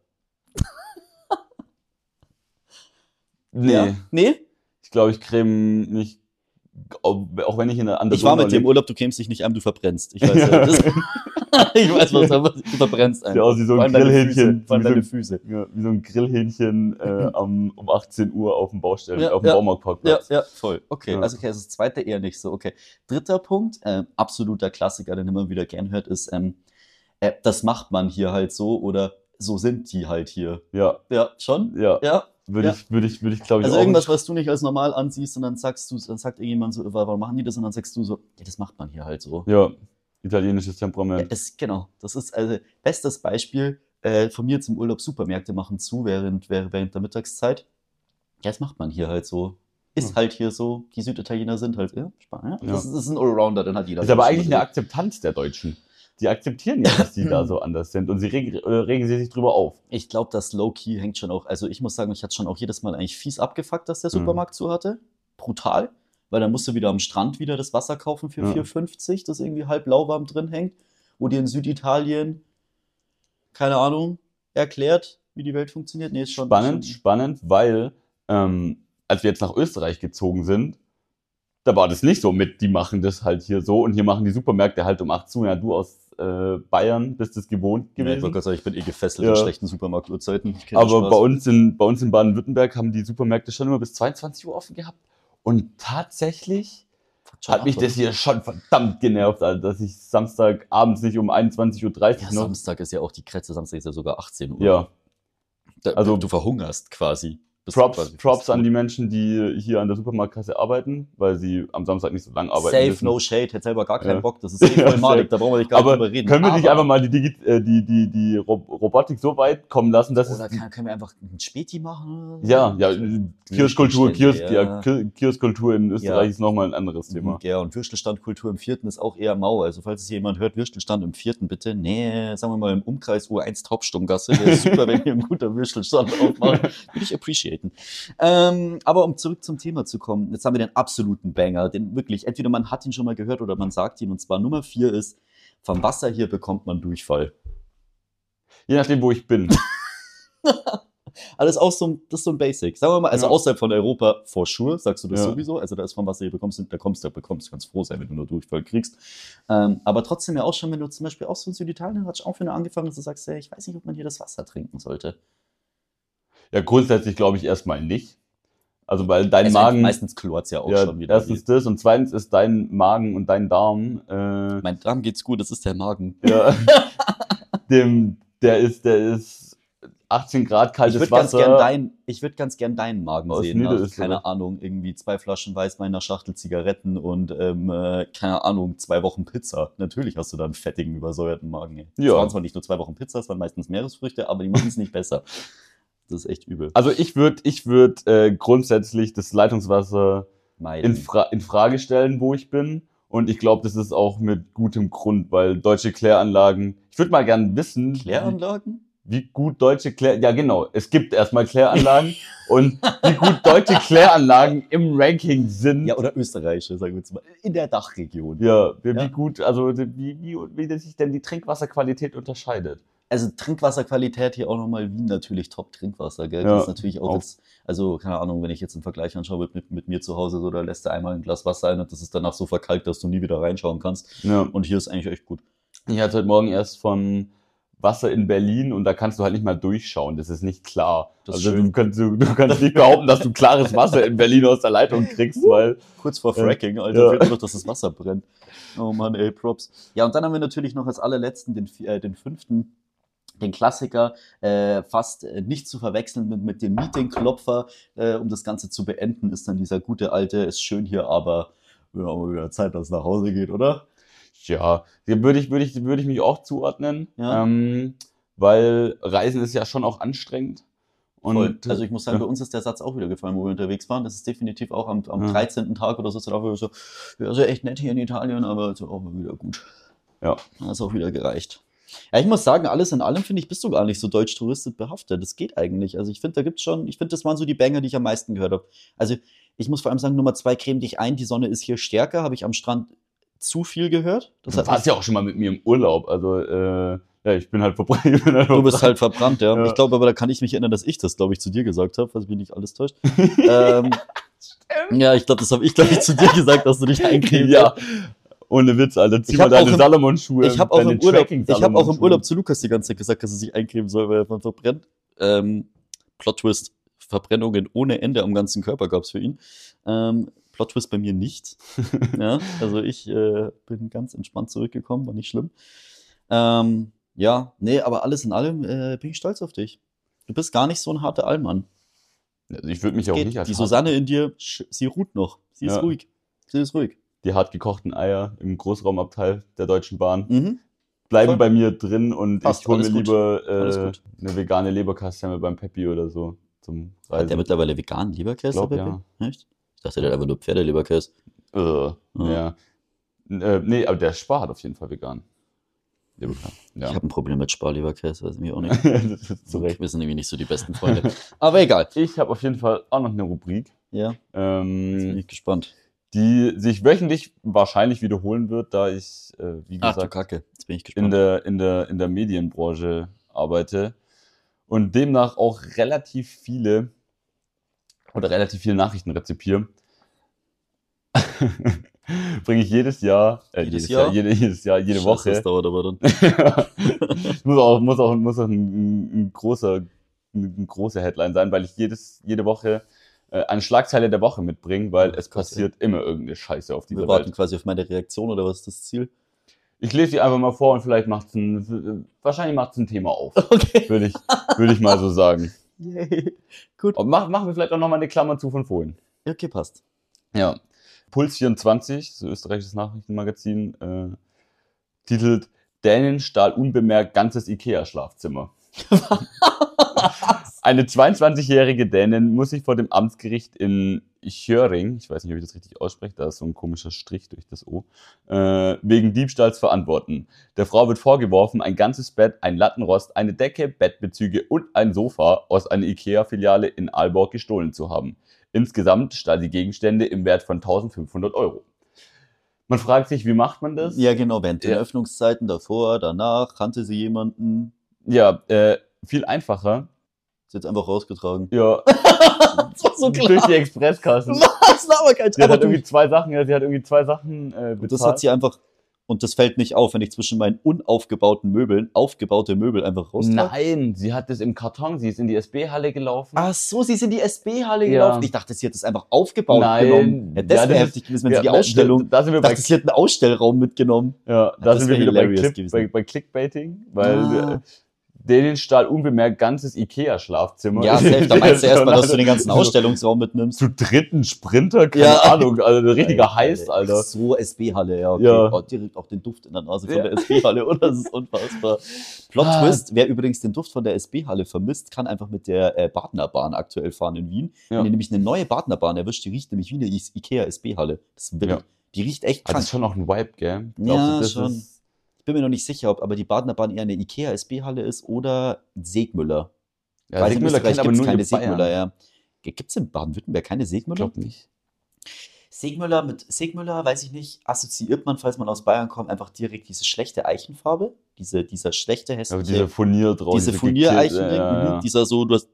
Speaker 1: Nee,
Speaker 2: Ja? Nee?
Speaker 1: ich glaube, ich creme mich, ob- auch wenn ich in einer anderen
Speaker 2: Ich war
Speaker 1: Donau
Speaker 2: mit dir im
Speaker 1: lebe.
Speaker 2: Urlaub, du cremst dich nicht ein, du verbrennst. Ich weiß,
Speaker 1: Ja.
Speaker 2: ja. das, ich weiß was, aber du verbrennst
Speaker 1: Sieht
Speaker 2: einen.
Speaker 1: aus wie so
Speaker 2: Vor
Speaker 1: ein
Speaker 2: allem deine Füße.
Speaker 1: Grillhähnchen.
Speaker 2: Vor allem
Speaker 1: Wie so ein
Speaker 2: deine Füße.
Speaker 1: Ja, wie so ein Grillhähnchen äh, am, um 18 Uhr auf dem Baustellen,
Speaker 2: Ja,
Speaker 1: auf dem
Speaker 2: ja. Ja,
Speaker 1: Baumarktparkplatz.
Speaker 2: ja, voll. Okay,
Speaker 1: Ja.
Speaker 2: also okay, also das zweite eher nicht so. Okay. Dritter Punkt, ähm, absoluter Klassiker, den immer wieder gern hört, ist, ähm, äh, das macht man hier halt so oder so sind die halt hier.
Speaker 1: Ja,
Speaker 2: Ja, schon?
Speaker 1: ja, ja.
Speaker 2: Ja.
Speaker 1: Würde
Speaker 2: Ja.
Speaker 1: ich, würde ich, würde ich, glaube ich,
Speaker 2: Also
Speaker 1: auch.
Speaker 2: irgendwas, was du nicht als normal ansiehst und dann sagst du, dann sagt irgendjemand so, warum machen die das? Und dann sagst du so, ja, das macht man hier halt so.
Speaker 1: Ja, italienisches
Speaker 2: Ja,
Speaker 1: Temperament.
Speaker 2: das, genau, das ist also bestes Beispiel äh, von mir zum Urlaub. Supermärkte machen zu während, während, während der Mittagszeit. Ja, das macht man hier halt so. Ist
Speaker 1: Ja.
Speaker 2: halt hier so. Die Süditaliener sind halt, ja, Spanier.
Speaker 1: Hm. Ja.
Speaker 2: Das, ist, das ist ein Allrounder, dann hat jeder.
Speaker 1: ist aber
Speaker 2: was
Speaker 1: eigentlich eine
Speaker 2: damit.
Speaker 1: Akzeptanz der Deutschen. Die akzeptieren ja, dass die da so anders sind und sie regen, äh, regen sie sich drüber auf.
Speaker 2: Ich glaube, das Low-Key hängt schon auch. Also, ich muss sagen, ich hatte schon auch jedes Mal eigentlich fies abgefuckt, dass der
Speaker 1: Mhm.
Speaker 2: Supermarkt zu hatte. Brutal. Weil dann musst du wieder am Strand wieder das Wasser kaufen für
Speaker 1: Ja.
Speaker 2: 4,50, das irgendwie halb lauwarm drin hängt. Wo dir in Süditalien, keine Ahnung, erklärt, wie die Welt funktioniert. Nee, ist schon.
Speaker 1: Spannend,
Speaker 2: Schon,
Speaker 1: spannend, weil ähm, als wir jetzt nach Österreich gezogen sind, da war das nicht so mit, die machen das halt hier so und hier machen die Supermärkte halt um 8 zu. Ja, du aus äh, Bayern bist es gewohnt
Speaker 2: Ja, ich
Speaker 1: gewesen.
Speaker 2: wollte gerade sagen, ich bin eh gefesselt
Speaker 1: Ja.
Speaker 2: in schlechten Supermarktuhrzeiten. Ich kenn den
Speaker 1: Aber
Speaker 2: Spaß.
Speaker 1: bei uns in, bei uns in Baden-Württemberg haben die Supermärkte schon immer bis 22 Uhr offen gehabt. Und tatsächlich
Speaker 2: Schon
Speaker 1: hat mich
Speaker 2: Achtung.
Speaker 1: das hier schon verdammt genervt, also, dass ich Samstagabends nicht um 21.30
Speaker 2: Ja,
Speaker 1: Uhr noch.
Speaker 2: Samstag um ist ja auch die Kretze, Samstag ist ja sogar 18 Uhr.
Speaker 1: Ja,
Speaker 2: Da,
Speaker 1: also-
Speaker 2: also du verhungerst quasi. Bist
Speaker 1: Props,
Speaker 2: quasi
Speaker 1: Props an
Speaker 2: tot.
Speaker 1: die Menschen, die hier an der Supermarktkasse arbeiten, weil sie am Samstag nicht so lange arbeiten.
Speaker 2: Safe,
Speaker 1: müssen.
Speaker 2: no shade, hätte selber gar keinen
Speaker 1: Ja.
Speaker 2: Bock. Das ist eh
Speaker 1: Ja,
Speaker 2: voll malig,
Speaker 1: safe.
Speaker 2: da brauchen wir nicht gar
Speaker 1: Aber
Speaker 2: nicht drüber reden.
Speaker 1: können wir nicht
Speaker 2: Aber-
Speaker 1: einfach mal die, Digi äh, die, die, die Ro Robotik so weit kommen lassen, dass
Speaker 2: Oder
Speaker 1: es die
Speaker 2: kann, können wir einfach einen Späti machen?
Speaker 1: ja, ja, Kioskkultur, Kiosk,
Speaker 2: Würstelstände,
Speaker 1: ja. Ki- Kioskkultur in Österreich ist nochmal ein
Speaker 2: Mhm.
Speaker 1: anderes Thema.
Speaker 2: Ja, und Würstelstandkultur im vierten ist auch eher mau. Also, falls es jemand hört, Würstelstand im vierten, bitte. Nee, sagen wir mal im Umkreis U1 Hauptsturmgasse. Wäre super, wenn ihr einen guten Würstelstand aufmacht. Würde ich appreciaten. Ähm, aber um zurück zum Thema zu kommen, jetzt haben wir den absoluten Banger, den wirklich, entweder man hat ihn schon mal gehört oder man sagt ihn. Und zwar Nummer vier ist, vom Wasser hier bekommt man Durchfall.
Speaker 1: Je nachdem, wo ich bin.
Speaker 2: Alles auch so ein, Also das ist so ein Basic. Sagen wir mal, also
Speaker 1: Ja.
Speaker 2: außerhalb von Europa, for sure, sagst du das
Speaker 1: Ja.
Speaker 2: sowieso. Also da ist von was du hier bekommst, da kommst du, da bekommst du ganz froh sein, wenn du nur Durchfall kriegst. Ähm, aber trotzdem ja auch schon, wenn du zum Beispiel auch so in Süditalien hast, auch wenn du angefangen hast, du sagst, hey, ich weiß nicht, ob man hier das Wasser trinken sollte.
Speaker 1: Ja, grundsätzlich glaube ich erstmal nicht. Also, weil dein
Speaker 2: Also
Speaker 1: Magen.
Speaker 2: meistens klort's ja auch
Speaker 1: ja,
Speaker 2: schon wieder.
Speaker 1: erstens das und zweitens ist dein Magen und dein Darm. Äh,
Speaker 2: mein Darm geht's gut, das ist der Magen.
Speaker 1: ja, dem, der ist, der ist 18 Grad
Speaker 2: ich
Speaker 1: kaltes
Speaker 2: würde ganz
Speaker 1: Wasser.
Speaker 2: gern dein, ich würde ganz gern deinen Magen
Speaker 1: Aus
Speaker 2: sehen. Nach,
Speaker 1: Niederösterreich.
Speaker 2: keine Ahnung, irgendwie zwei Flaschen Weißwein, einer Schachtel Zigaretten und ähm, äh, keine Ahnung, zwei Wochen Pizza. Natürlich hast du dann einen fettigen, übersäuerten Magen. Ey.
Speaker 1: Ja.
Speaker 2: Es waren zwar nicht nur zwei Wochen Pizza, es waren meistens Meeresfrüchte, aber die machen es nicht besser. Das ist echt übel.
Speaker 1: also ich würde ich würd, äh, grundsätzlich das Leitungswasser in,
Speaker 2: Meiden.
Speaker 1: Fra in Frage stellen, wo ich bin. Und ich glaube, das ist auch mit gutem Grund, weil deutsche Kläranlagen. Ich würde mal gern wissen, wie,
Speaker 2: Kläranlagen?
Speaker 1: wie gut deutsche Klär. Ja, genau. Es gibt erstmal Kläranlagen und wie gut deutsche Kläranlagen im Ranking sind.
Speaker 2: Ja, oder österreichische, sagen wir jetzt mal. In der Dachregion.
Speaker 1: Ja, wie,
Speaker 2: Ja.
Speaker 1: wie gut, also wie, wie, wie sich denn die Trinkwasserqualität unterscheidet.
Speaker 2: Also Trinkwasserqualität hier auch nochmal Wien natürlich Top-Trinkwasser, gell?
Speaker 1: Ja,
Speaker 2: das ist natürlich auch,
Speaker 1: auch.
Speaker 2: jetzt, also keine Ahnung, wenn ich jetzt einen Vergleich anschaue mit, mit, mit mir zu Hause, so, da lässt du einmal ein Glas Wasser ein und das ist danach so verkalkt, dass du nie wieder reinschauen kannst.
Speaker 1: Ja.
Speaker 2: Und hier ist eigentlich echt gut.
Speaker 1: Ich hatte heute Morgen erst von Wasser in Berlin und da kannst du halt nicht mal durchschauen. Das ist nicht klar.
Speaker 2: Das ist
Speaker 1: also
Speaker 2: schön.
Speaker 1: du kannst, du, du kannst nicht behaupten, dass du klares Wasser in Berlin aus der Leitung kriegst, weil
Speaker 2: Kurz vor
Speaker 1: Ja.
Speaker 2: Fracking,
Speaker 1: Ja.
Speaker 2: Alter, ja. doch, dass das Wasser brennt. Oh Mann, ey, Props. Ja, und dann haben wir natürlich noch als allerletzten den, vi- äh, den fünften, den Klassiker, äh, fast äh, nicht zu verwechseln mit, mit dem Meeting-Klopfer. Äh, um das Ganze zu beenden, ist dann dieser gute alte, ist schön hier, aber wir haben mal wieder Zeit, dass es nach Hause geht, oder?
Speaker 1: ja, hier würde ich, würde ich, würde ich mich auch zuordnen,
Speaker 2: Ja.
Speaker 1: ähm, weil Reisen ist ja schon auch anstrengend. Und äh,
Speaker 2: Voll. also ich muss sagen,
Speaker 1: ja.
Speaker 2: bei uns ist der Satz auch wieder gefallen, wo wir unterwegs waren. Das ist definitiv auch am, am
Speaker 1: Ja.
Speaker 2: 13. Tag oder so, ist dann auch wieder so, ja, ist ja echt nett hier in Italien, aber ist ja auch mal wieder gut.
Speaker 1: Ja.
Speaker 2: Hat es auch wieder gereicht. Ja, ich muss sagen, alles in allem finde ich, bist du gar nicht so deutsch-touristisch behaftet. Das geht eigentlich. Also ich finde, da gibt's schon, ich finde, das waren so die Banger, die ich am meisten gehört habe. Also ich muss vor allem sagen, Nummer zwei, creme dich ein, die Sonne ist hier stärker, habe ich am Strand zu viel gehört. Das
Speaker 1: du warst ja auch schon mal mit mir im Urlaub. Also äh, ja, ich bin halt vorbei. Ich bin halt
Speaker 2: Du bist
Speaker 1: verbrannt.
Speaker 2: halt verbrannt, ja.
Speaker 1: Ja.
Speaker 2: Ich glaube aber, da kann ich mich erinnern, dass ich das, glaube ich, zu dir gesagt habe, falls mich nicht alles täuscht. ähm, ja, ich glaube, das habe ich, glaube ich, zu dir gesagt, dass du dich eincremst.
Speaker 1: ja. Ohne Witz, Alter. Zieh
Speaker 2: Ich
Speaker 1: mal
Speaker 2: hab auch
Speaker 1: deine
Speaker 2: im-
Speaker 1: Salomon-Schuhe.
Speaker 2: Ich habe auch,
Speaker 1: deine
Speaker 2: im Urlaub- ich hab auch im
Speaker 1: Tracking-Salomon-Schuhe.
Speaker 2: Urlaub zu Lukas die ganze Zeit gesagt, dass er sich eincremen soll, weil er von verbrennt. Ähm, Plot-Twist, Verbrennungen ohne Ende am ganzen Körper gab es für ihn. Ähm, Plot-Twist bei mir nicht. ja, also ich äh, bin ganz entspannt zurückgekommen, war nicht schlimm. Ähm, ja, nee, aber alles in allem äh, bin ich stolz auf dich. Du bist gar nicht so ein harter Allmann.
Speaker 1: Also ich würde mich auch
Speaker 2: Geht.
Speaker 1: nicht als
Speaker 2: Die
Speaker 1: hart-
Speaker 2: Susanne in dir, sch- sie ruht noch. Sie ist
Speaker 1: Ja.
Speaker 2: ruhig. Sie ist ruhig.
Speaker 1: die hart gekochten Eier im Großraumabteil der Deutschen Bahn
Speaker 2: Mhm.
Speaker 1: bleiben
Speaker 2: voll.
Speaker 1: bei mir drin und
Speaker 2: Passt,
Speaker 1: ich hole mir
Speaker 2: alles gut.
Speaker 1: lieber
Speaker 2: Alles
Speaker 1: äh,
Speaker 2: gut.
Speaker 1: eine vegane Leberkastemme beim Peppi oder so zum
Speaker 2: Hat der
Speaker 1: Reisen.
Speaker 2: mittlerweile veganen Leberkäse?
Speaker 1: Glaub,
Speaker 2: Pepe? Echt? Ich dachte, der hat einfach nur Pferdeleberkäse.
Speaker 1: Äh,
Speaker 2: Ja.
Speaker 1: ja. N- Äh, nee, aber der Spar hat auf jeden Fall vegan. Leberkast. Ja.
Speaker 2: Ich habe ein Problem mit Sparleberkäse, weiß ich auch nicht.
Speaker 1: das ist zu Recht.
Speaker 2: Wir sind irgendwie nicht so die besten Freunde. Aber egal.
Speaker 1: Ich habe auf jeden Fall auch noch eine Rubrik,
Speaker 2: Ja, jetzt bin
Speaker 1: ähm,
Speaker 2: ich gespannt.
Speaker 1: die sich wöchentlich wahrscheinlich wiederholen wird, da ich, äh, wie
Speaker 2: Ach du
Speaker 1: gesagt,
Speaker 2: Kacke, jetzt bin ich
Speaker 1: in
Speaker 2: gespannt.
Speaker 1: der, in der, in der Medienbranche arbeite und demnach auch relativ viele oder relativ viele Nachrichten rezipiere, bringe ich jedes Jahr, äh, jedes,
Speaker 2: Jedes
Speaker 1: Jahr?
Speaker 2: Jahr?
Speaker 1: jede, jedes Jahr, jede
Speaker 2: Scheiße,
Speaker 1: Woche.
Speaker 2: Das dauert aber dann.
Speaker 1: muss auch, muss auch, muss auch ein, ein großer, ein großer Headline sein, weil ich jedes, jede Woche äh, eine Schlagzeile der Woche mitbringe, weil es
Speaker 2: Gott, ey.
Speaker 1: passiert immer irgendeine Scheiße auf
Speaker 2: Wir
Speaker 1: dieser Welt.
Speaker 2: warten quasi auf meine Reaktion oder was ist das Ziel?
Speaker 1: Ich lese die einfach mal vor und vielleicht macht's ein, wahrscheinlich macht's ein Thema auf.
Speaker 2: Okay.
Speaker 1: Würde ich, würde ich mal so sagen.
Speaker 2: Yay. Gut.
Speaker 1: Und mach, machen wir vielleicht auch nochmal eine Klammer zu von vorhin.
Speaker 2: Okay, passt.
Speaker 1: Ja. Puls 24, so österreichisches Nachrichtenmagazin, äh, titelt Dänen stahl unbemerkt ganzes Ikea-Schlafzimmer. Eine 22-jährige Dänin muss sich vor dem Amtsgericht in Schöring, ich weiß nicht, ob ich das richtig ausspreche, da ist so ein komischer Strich durch das O, äh, wegen Diebstahls verantworten. Der Frau wird vorgeworfen, ein ganzes Bett, ein Lattenrost, eine Decke, Bettbezüge und ein Sofa aus einer IKEA-Filiale in Aalborg gestohlen zu haben. Insgesamt stahl sie Gegenstände im Wert von 1500 Euro. Man fragt sich, wie macht man das?
Speaker 2: Ja, genau, während den
Speaker 1: Ja.
Speaker 2: Öffnungszeiten davor, danach, kannte sie jemanden,
Speaker 1: Ja, äh, viel einfacher.
Speaker 2: ist jetzt einfach rausgetragen. Mhm.
Speaker 1: Ja,
Speaker 2: Das war so
Speaker 1: durch die Expresskassen.
Speaker 2: Was? Na, aber kein
Speaker 1: Sie hat
Speaker 2: aber
Speaker 1: halt
Speaker 2: du,
Speaker 1: irgendwie zwei Sachen, ja, sie hat irgendwie zwei Sachen äh,
Speaker 2: Und
Speaker 1: bezahlt.
Speaker 2: das hat sie einfach, und das fällt nicht auf, wenn ich zwischen meinen unaufgebauten Möbeln aufgebaute Möbel einfach raustrage.
Speaker 1: Nein, sie hat das im Karton, sie ist in die SB-Halle gelaufen.
Speaker 2: Ach so, sie ist in die SB-Halle
Speaker 1: Ja.
Speaker 2: gelaufen. Ich dachte, sie hat das einfach aufgebaut
Speaker 1: Nein.
Speaker 2: genommen.
Speaker 1: Ja,
Speaker 2: Ja, das
Speaker 1: das
Speaker 2: wäre
Speaker 1: ist-
Speaker 2: heftig gewesen, wenn sie die
Speaker 1: da-
Speaker 2: Ausstellung.
Speaker 1: Da, da sind wir
Speaker 2: Ich
Speaker 1: bei,
Speaker 2: dachte, sie hat einen Ausstellraum mitgenommen.
Speaker 1: ja, da
Speaker 2: das
Speaker 1: sind wir
Speaker 2: wär
Speaker 1: wieder bei,
Speaker 2: hilarious
Speaker 1: Clip,
Speaker 2: gewesen.
Speaker 1: bei, bei Clickbaiting, weil
Speaker 2: Ah.
Speaker 1: äh, Dänen stahl unbemerkt ganzes Ikea-Schlafzimmer.
Speaker 2: Ja, Also safe. Da meinst du erstmal, dass du den ganzen
Speaker 1: So,
Speaker 2: Ausstellungsraum mitnimmst.
Speaker 1: Zu dritten Sprinter, keine
Speaker 2: Ja.
Speaker 1: Ahnung, also ein richtiger Heiß, Alter.
Speaker 2: Ach so, SB-Halle, ja. Okay.
Speaker 1: Ja.
Speaker 2: Oh, direkt auch den Duft in der Nase von
Speaker 1: Ja.
Speaker 2: der SB-Halle, oder? Das ist unfassbar. Plot
Speaker 1: Ah.
Speaker 2: Twist, wer übrigens den Duft von der SB-Halle vermisst, kann einfach mit der äh, Badner Bahn aktuell fahren in Wien.
Speaker 1: Ja.
Speaker 2: Wenn ihr nämlich eine neue Badner Bahn erwischt, die riecht nämlich wie eine Is- Ikea-SB-Halle. Das ist wild.
Speaker 1: Ja.
Speaker 2: Die riecht echt
Speaker 1: Hat
Speaker 2: krank.
Speaker 1: Ah, das schon noch ein Vibe, gell?
Speaker 2: Ja,
Speaker 1: das
Speaker 2: schon.
Speaker 1: Ist,
Speaker 2: Ich bin mir noch nicht sicher, ob aber die Badener Bahn eher eine IKEA-SB-Halle ist oder Segmüller.
Speaker 1: ja, Weil Sigmüller
Speaker 2: Österreich
Speaker 1: kennt aber
Speaker 2: gibt's
Speaker 1: nur
Speaker 2: keine
Speaker 1: keine
Speaker 2: Segmüller,
Speaker 1: Bayern.
Speaker 2: ja. Gibt es in Baden-Württemberg keine
Speaker 1: Ich
Speaker 2: Segmüller?
Speaker 1: glaube nicht.
Speaker 2: Segmüller mit Segmüller, weiß ich nicht, assoziiert man, falls man aus Bayern kommt, einfach direkt diese schlechte Eichenfarbe, diese, dieser schlechte,
Speaker 1: Aber
Speaker 2: hässliche,
Speaker 1: diese Furnier draußen.
Speaker 2: diese Furniereichen, mhm, dieser so, du hast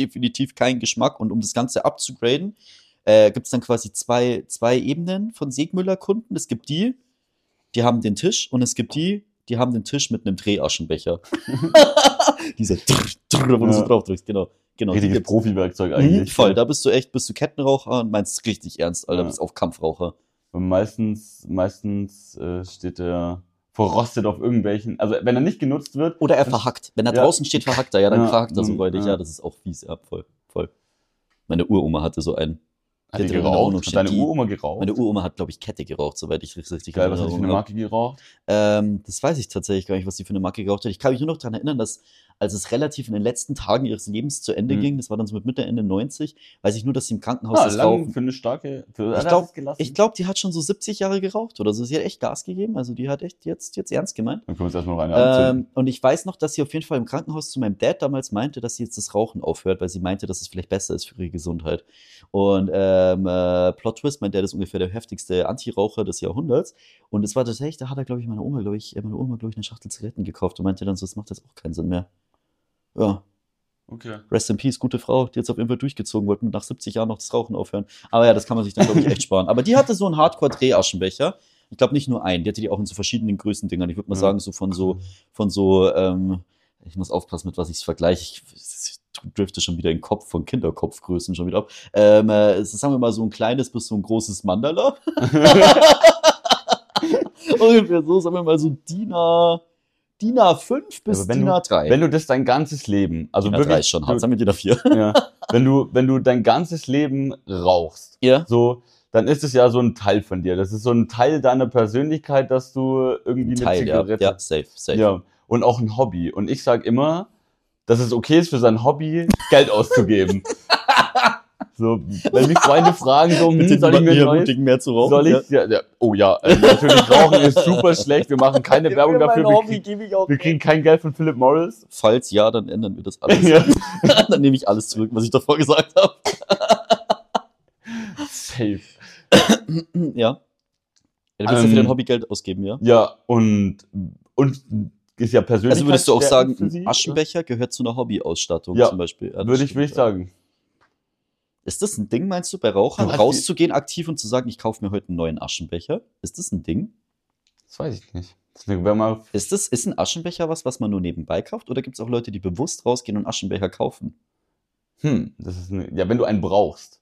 Speaker 2: definitiv keinen Geschmack und um das Ganze abzugraden, äh, gibt es dann quasi zwei, zwei Ebenen von Segmüller-Kunden. Es gibt die, die haben den Tisch und es gibt die, die die haben den Tisch mit einem Drehaschenbecher. Dieser drr, drr, wo du so
Speaker 1: Ja.
Speaker 2: drauf drückst, genau. genau die
Speaker 1: Richtiges
Speaker 2: gibt's.
Speaker 1: Profi-Werkzeug
Speaker 2: Mhm,
Speaker 1: eigentlich. ne?
Speaker 2: voll, da bist du echt, bist du Kettenraucher und meinst es richtig ernst, Alter,
Speaker 1: Ja.
Speaker 2: bist auch Kampfraucher.
Speaker 1: Und meistens, meistens äh, steht der verrostet auf irgendwelchen. Also wenn er nicht genutzt wird,
Speaker 2: Oder er verhackt. Wenn er
Speaker 1: Ja.
Speaker 2: draußen steht, verhackt er. Ja, dann
Speaker 1: Ja,
Speaker 2: verhackt er so
Speaker 1: mhm,
Speaker 2: räudig. Ja.
Speaker 1: ja.
Speaker 2: das ist auch fies. Ja, voll, voll. Meine Uroma hatte so einen.
Speaker 1: hat die
Speaker 2: hätte in der Wohnung
Speaker 1: geraucht. Hat
Speaker 2: stehen.
Speaker 1: deine
Speaker 2: Die-
Speaker 1: Uroma geraucht?
Speaker 2: Meine Uroma hat, glaube ich, Kette geraucht, soweit ich richtig
Speaker 1: Geil,
Speaker 2: in
Speaker 1: was hat die für eine
Speaker 2: Erinnerung hab.
Speaker 1: Marke geraucht?
Speaker 2: Ähm, das weiß ich tatsächlich gar nicht, was sie für eine Marke geraucht hat. Ich kann mich nur noch daran erinnern, dass als es relativ in den letzten Tagen ihres Lebens zu Ende
Speaker 1: Mhm.
Speaker 2: ging, das war dann so mit Mitte, Ende 90, weiß ich nur, dass sie im Krankenhaus
Speaker 1: Ah,
Speaker 2: das
Speaker 1: lang
Speaker 2: Rauchen...
Speaker 1: für eine starke. Für,
Speaker 2: Ich
Speaker 1: hat er
Speaker 2: glaub-
Speaker 1: das gelassen?
Speaker 2: Ich glaube, die hat schon so 70 Jahre geraucht oder so. Sie hat echt Gas gegeben, also die hat echt jetzt, jetzt ernst gemeint.
Speaker 1: Dann können wir uns erstmal noch eine anzünden.
Speaker 2: Ähm, und ich weiß noch, dass sie auf jeden Fall im Krankenhaus zu meinem Dad damals meinte, dass sie jetzt das Rauchen aufhört, weil sie meinte, dass es vielleicht besser ist für ihre Gesundheit. Und ähm, äh, Plot Twist, mein Dad ist ungefähr der heftigste Antiraucher des Jahrhunderts. Und es war tatsächlich, da hat er, glaube ich, meiner Oma, glaube ich, äh, meiner Oma, glaube ich, eine Schachtel Zigaretten gekauft und meinte dann so, das macht jetzt auch keinen Sinn mehr. Ja,
Speaker 1: Okay.
Speaker 2: Rest in Peace, gute Frau, die jetzt auf jeden Fall durchgezogen wird und nach 70 Jahren noch das Rauchen aufhören. Aber ja, das kann man sich dann, glaube ich, echt sparen. Aber die hatte so einen Hardcore-Drehaschenbecher. Ich glaube nicht nur einen, die hatte die auch in so verschiedenen Größendingern. Ich würde mal
Speaker 1: Ja.
Speaker 2: sagen, so von so, von so, ähm, ich muss aufpassen, mit was ich es vergleiche. Ich, ich drifte schon wieder in den Kopf von Kinderkopfgrößen schon wieder ab. Ähm, äh, es ist, sagen wir mal, so ein kleines bis so ein großes Mandala. Ungefähr so, sagen wir mal, so DINA, DINA 5 bis
Speaker 1: aber wenn du-
Speaker 2: DINA 3.
Speaker 1: Wenn du das dein ganzes Leben, also
Speaker 2: DINA 3
Speaker 1: wirklich,
Speaker 2: ist schon
Speaker 1: du,
Speaker 2: hart, sagen wir DINA 4.
Speaker 1: ja, wenn du, wenn du dein ganzes Leben rauchst,
Speaker 2: Ja.
Speaker 1: so, dann ist es ja so ein Teil von dir. Das ist so ein Teil deiner Persönlichkeit, dass du irgendwie eine
Speaker 2: Teil, ja.
Speaker 1: Zigarette
Speaker 2: ja, safe, safe.
Speaker 1: Ja, und auch ein Hobby. Und ich sage immer, dass es okay ist, für sein Hobby Geld auszugeben. so, wenn mich Freunde fragen, so, hm,
Speaker 2: Bitte
Speaker 1: soll ich mir ein neues,
Speaker 2: ermutigen, mehr zu rauchen.
Speaker 1: soll ich, ja, ja, oh ja, äh, natürlich, Rauchen ist super schlecht, wir machen keine
Speaker 2: Ja.
Speaker 1: Werbung dafür, wir, kriegen-
Speaker 2: gebe ich auch
Speaker 1: wir kriegen kein Geld von Philip Morris.
Speaker 2: Falls ja, dann ändern wir das alles.
Speaker 1: Ja.
Speaker 2: dann nehme ich alles zurück, was ich davor gesagt habe.
Speaker 1: Safe.
Speaker 2: ja. ja. Dann willst du für
Speaker 1: Ähm,
Speaker 2: dein Hobby Geld ausgeben, ja?
Speaker 1: Ja, und, und ist ja persönlich.
Speaker 2: Also würdest du auch sagen,
Speaker 1: halt für sie,
Speaker 2: ein Aschenbecher gehört zu einer Hobbyausstattung
Speaker 1: Ja.
Speaker 2: zum Beispiel? Ja, das
Speaker 1: Würde ich,
Speaker 2: stimmt,
Speaker 1: würde ich
Speaker 2: ja.
Speaker 1: sagen.
Speaker 2: Ist das ein Ding, meinst du, bei Rauchern
Speaker 1: Du hast also die-
Speaker 2: rauszugehen aktiv und zu sagen, ich kaufe mir heute einen neuen Aschenbecher? Ist das ein Ding?
Speaker 1: Das weiß ich nicht. Das wäre mal,
Speaker 2: Ist, das, ist ein Aschenbecher was, was man nur nebenbei kauft? Oder gibt es auch Leute, die bewusst rausgehen und Aschenbecher kaufen?
Speaker 1: hm, das ist eine, ja, wenn du einen brauchst.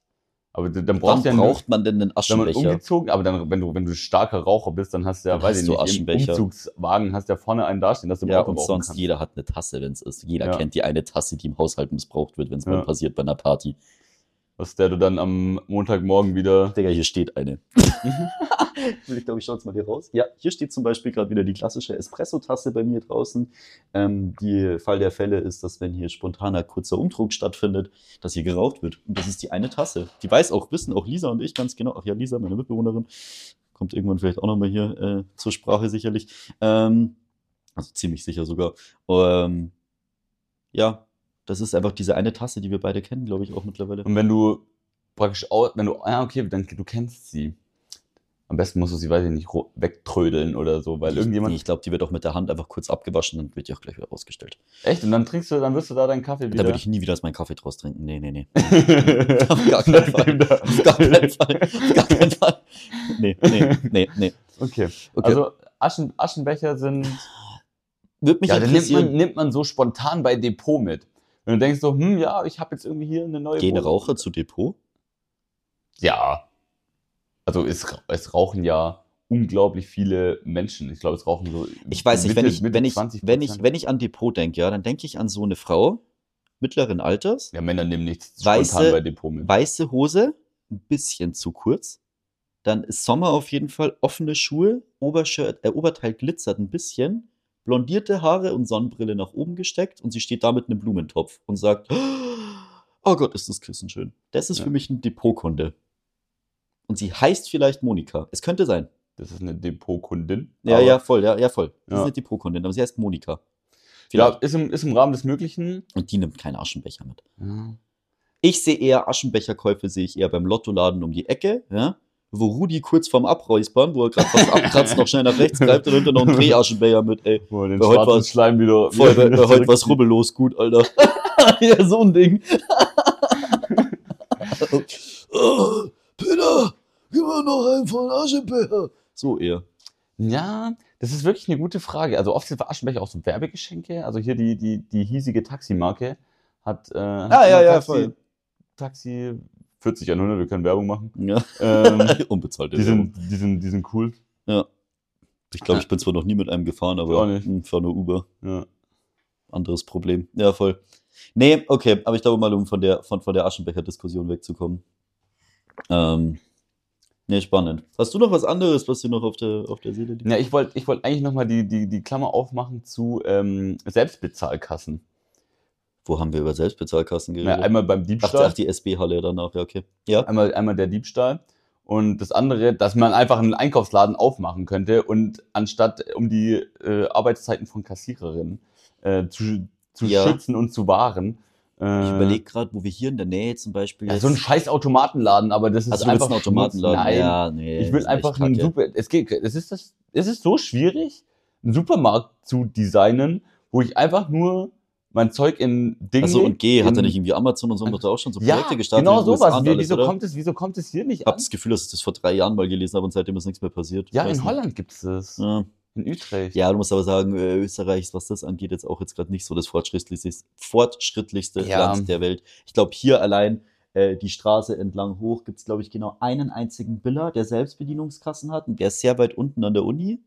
Speaker 1: Aber du- dann
Speaker 2: Warum
Speaker 1: brauchst du ja einen-
Speaker 2: braucht man denn einen
Speaker 1: Wenn man
Speaker 2: Aschenbecher?
Speaker 1: umgezogen, aber dann, wenn du, wenn du starker Raucher bist, dann hast du ja,
Speaker 2: Dann
Speaker 1: weiß
Speaker 2: hast
Speaker 1: ich
Speaker 2: du
Speaker 1: nicht, im
Speaker 2: Aschenbecher.
Speaker 1: Umzugswagen hast du ja vorne einen dastehen, dass du im
Speaker 2: Ja,
Speaker 1: Auto
Speaker 2: und
Speaker 1: rauchen
Speaker 2: sonst
Speaker 1: kannst.
Speaker 2: jeder hat eine Tasse, wenn es ist. Jeder
Speaker 1: Ja.
Speaker 2: kennt die eine Tasse, die im Haushalt missbraucht wird, wenn es mal
Speaker 1: Ja.
Speaker 2: passiert bei einer Party.
Speaker 1: Aus der du dann am Montagmorgen wieder.
Speaker 2: Digga, hier steht eine. Will ich glaube, ich schaue jetzt mal hier raus. Ja, hier steht zum Beispiel gerade wieder die klassische Espresso-Tasse bei mir draußen. Ähm, die Fall der Fälle ist, dass wenn hier spontaner kurzer Umdruck stattfindet, dass hier geraucht wird. Und das ist die eine Tasse. Die weiß auch, wissen auch Lisa und ich ganz genau. Ach ja, Lisa, meine Mitbewohnerin, kommt irgendwann vielleicht auch nochmal hier äh, zur Sprache sicherlich. Ähm, also ziemlich sicher sogar. Ähm, ja, das ist einfach diese eine Tasse, die wir beide kennen, glaube ich, auch mittlerweile.
Speaker 1: Und wenn du praktisch au- wenn du, ah, okay, dann, du kennst sie. Am besten musst du sie, weiß ich nicht, ro- wegtrödeln oder so, weil irgendjemand.
Speaker 2: Nee, ich glaube, die wird auch mit der Hand einfach kurz abgewaschen und wird die auch gleich wieder rausgestellt.
Speaker 1: Echt? Und dann trinkst du, dann wirst du da deinen Kaffee wieder.
Speaker 2: Da würde ich nie wieder aus meinem Kaffee draus trinken. Nee, nee, nee.
Speaker 1: Auf
Speaker 2: gar keinen Fall. Auf gar keinen Fall. Auf gar keinen Fall. Nee, nee, nee, nee.
Speaker 1: Okay.
Speaker 2: Okay.
Speaker 1: Also Aschen, Aschenbecher sind.
Speaker 2: Würde mich
Speaker 1: Ja, dann nimmt man,
Speaker 2: interessieren.
Speaker 1: nimmt man so spontan bei Depot mit. Wenn du denkst so, hm, ja, ich habe jetzt irgendwie hier eine neue.
Speaker 2: Gehen
Speaker 1: Hose.
Speaker 2: Raucher zu Depot?
Speaker 1: Ja. Also es, es rauchen ja unglaublich viele Menschen. Ich glaube, es rauchen so.
Speaker 2: Ich weiß nicht, wenn
Speaker 1: Mitte-
Speaker 2: ich,
Speaker 1: Mitte
Speaker 2: wenn ich,
Speaker 1: 20%.
Speaker 2: wenn ich, wenn ich an Depot denke, ja, dann denke ich an so eine Frau mittleren Alters,
Speaker 1: Ja, Männer nehmen nichts
Speaker 2: Weiße-
Speaker 1: spontan bei Depot mit.
Speaker 2: weiße Hose, ein bisschen zu kurz. Dann ist Sommer auf jeden Fall, offene Schuhe, Obershirt, äh, Oberteil glitzert ein bisschen, blondierte Haare und Sonnenbrille nach oben gesteckt und sie steht da mit einem Blumentopf und sagt, oh Gott, ist das Küssen schön. Das ist
Speaker 1: Ja.
Speaker 2: für mich ein Depotkunde. Und sie heißt vielleicht Monika. Es könnte sein.
Speaker 1: Das ist eine Depotkundin.
Speaker 2: Ja,
Speaker 1: Aber-
Speaker 2: ja, voll, ja, ja, voll. Das
Speaker 1: Ja.
Speaker 2: ist eine Depotkundin, aber sie heißt Monika.
Speaker 1: Ja,
Speaker 2: Vielleicht.
Speaker 1: ist im, ist im Rahmen des Möglichen.
Speaker 2: Und die nimmt keinen Aschenbecher mit.
Speaker 1: Ja.
Speaker 2: Ich sehe eher Aschenbecherkäufe, sehe ich eher beim Lottoladen um die Ecke, ja? wo Rudi kurz vorm Abräuspern, wo er gerade was abkratzt, noch schnell nach rechts greift und hinter noch einen Drehaschenbecher mit, ey.
Speaker 1: Boah, den
Speaker 2: Weil heute
Speaker 1: schwarzen
Speaker 2: war's-
Speaker 1: Schleim wieder.
Speaker 2: Voll,
Speaker 1: wieder
Speaker 2: weil, weil heute was
Speaker 1: zurückzieht.
Speaker 2: rubbellos, gut, Alter. ja, so ein Ding. oh, Peter, gib mir noch einen von Aschenbecher. So eher.
Speaker 1: Ja, Das ist wirklich eine gute Frage. Also oft sind Aschenbecher auch so Werbegeschenke. Also hier die, die, die hiesige Taximarke hat, äh, hat
Speaker 2: ja,
Speaker 1: immer
Speaker 2: ja,
Speaker 1: Taxi,
Speaker 2: voll.
Speaker 1: Taxi 40 an 100, wir können Werbung machen.
Speaker 2: Ja.
Speaker 1: Ähm,
Speaker 2: Unbezahlte
Speaker 1: die,
Speaker 2: Werbung.
Speaker 1: sind, die, sind, die sind cool.
Speaker 2: Ich glaube, ich bin zwar noch nie mit einem gefahren,
Speaker 1: auch
Speaker 2: aber
Speaker 1: nicht.
Speaker 2: mh, fahr nur Uber.
Speaker 1: Ja.
Speaker 2: Anderes Problem. Ja, voll. Nee, okay, aber ich glaube mal, um von der, von, von der Aschenbecher-Diskussion wegzukommen. Ähm, nee, spannend. Hast du noch was anderes, was dir noch auf der, auf der Seele liegt?
Speaker 1: Ja, ich wollte ich wollt eigentlich nochmal die, die, die Klammer aufmachen zu ähm, Selbstbezahlkassen.
Speaker 2: Wo haben wir über Selbstbezahlkassen
Speaker 1: Ja,
Speaker 2: geredet?
Speaker 1: einmal beim
Speaker 2: ach,
Speaker 1: Diebstahl,
Speaker 2: ach, die SB-Halle danach, ja, okay. Ja,
Speaker 1: einmal, einmal der Diebstahl. Und das andere, dass man einfach einen Einkaufsladen aufmachen könnte und anstatt um die äh, Arbeitszeiten von Kassiererinnen äh, zu, zu
Speaker 2: Ja.
Speaker 1: schützen und zu wahren. Äh,
Speaker 2: ich überlege gerade, wo wir hier in der Nähe zum Beispiel.
Speaker 1: Ja, so ein scheiß Automatenladen, aber das ist
Speaker 2: also, du willst
Speaker 1: einfach
Speaker 2: einen Automatenladen?
Speaker 1: Schmutz. Nein,
Speaker 2: Ja, nee.
Speaker 1: ich
Speaker 2: das
Speaker 1: will
Speaker 2: ist echt
Speaker 1: einfach einen
Speaker 2: kacke.
Speaker 1: Super. Es geht, es ist das, es ist so schwierig, einen Supermarkt zu designen, wo ich einfach nur mein Zeug in Dinge.
Speaker 2: Achso, Also und G, hat er
Speaker 1: in-
Speaker 2: nicht irgendwie Amazon und so, doch da auch schon so Projekte
Speaker 1: ja,
Speaker 2: gestartet?
Speaker 1: Genau
Speaker 2: in den USA
Speaker 1: sowas.
Speaker 2: und
Speaker 1: Wie,
Speaker 2: alles,
Speaker 1: wieso,
Speaker 2: oder?
Speaker 1: kommt es, wieso kommt es hier nicht
Speaker 2: Ich habe
Speaker 1: an?
Speaker 2: das Gefühl, dass ich das vor drei Jahren mal gelesen habe und seitdem ist nichts mehr passiert. Ich
Speaker 1: Ja,
Speaker 2: weiß
Speaker 1: in
Speaker 2: nicht.
Speaker 1: Holland gibt es das.
Speaker 2: Ja.
Speaker 1: In Utrecht.
Speaker 2: ja, du musst aber sagen, äh, Österreich ist, was das angeht, jetzt auch jetzt gerade nicht so das fortschrittlichste, fortschrittlichste
Speaker 1: Ja.
Speaker 2: Land der Welt. Ich glaube, hier allein äh, die Straße entlang hoch gibt es, glaube ich, genau einen einzigen Biller, der Selbstbedienungskassen hat. Und der ist sehr weit unten an der Uni.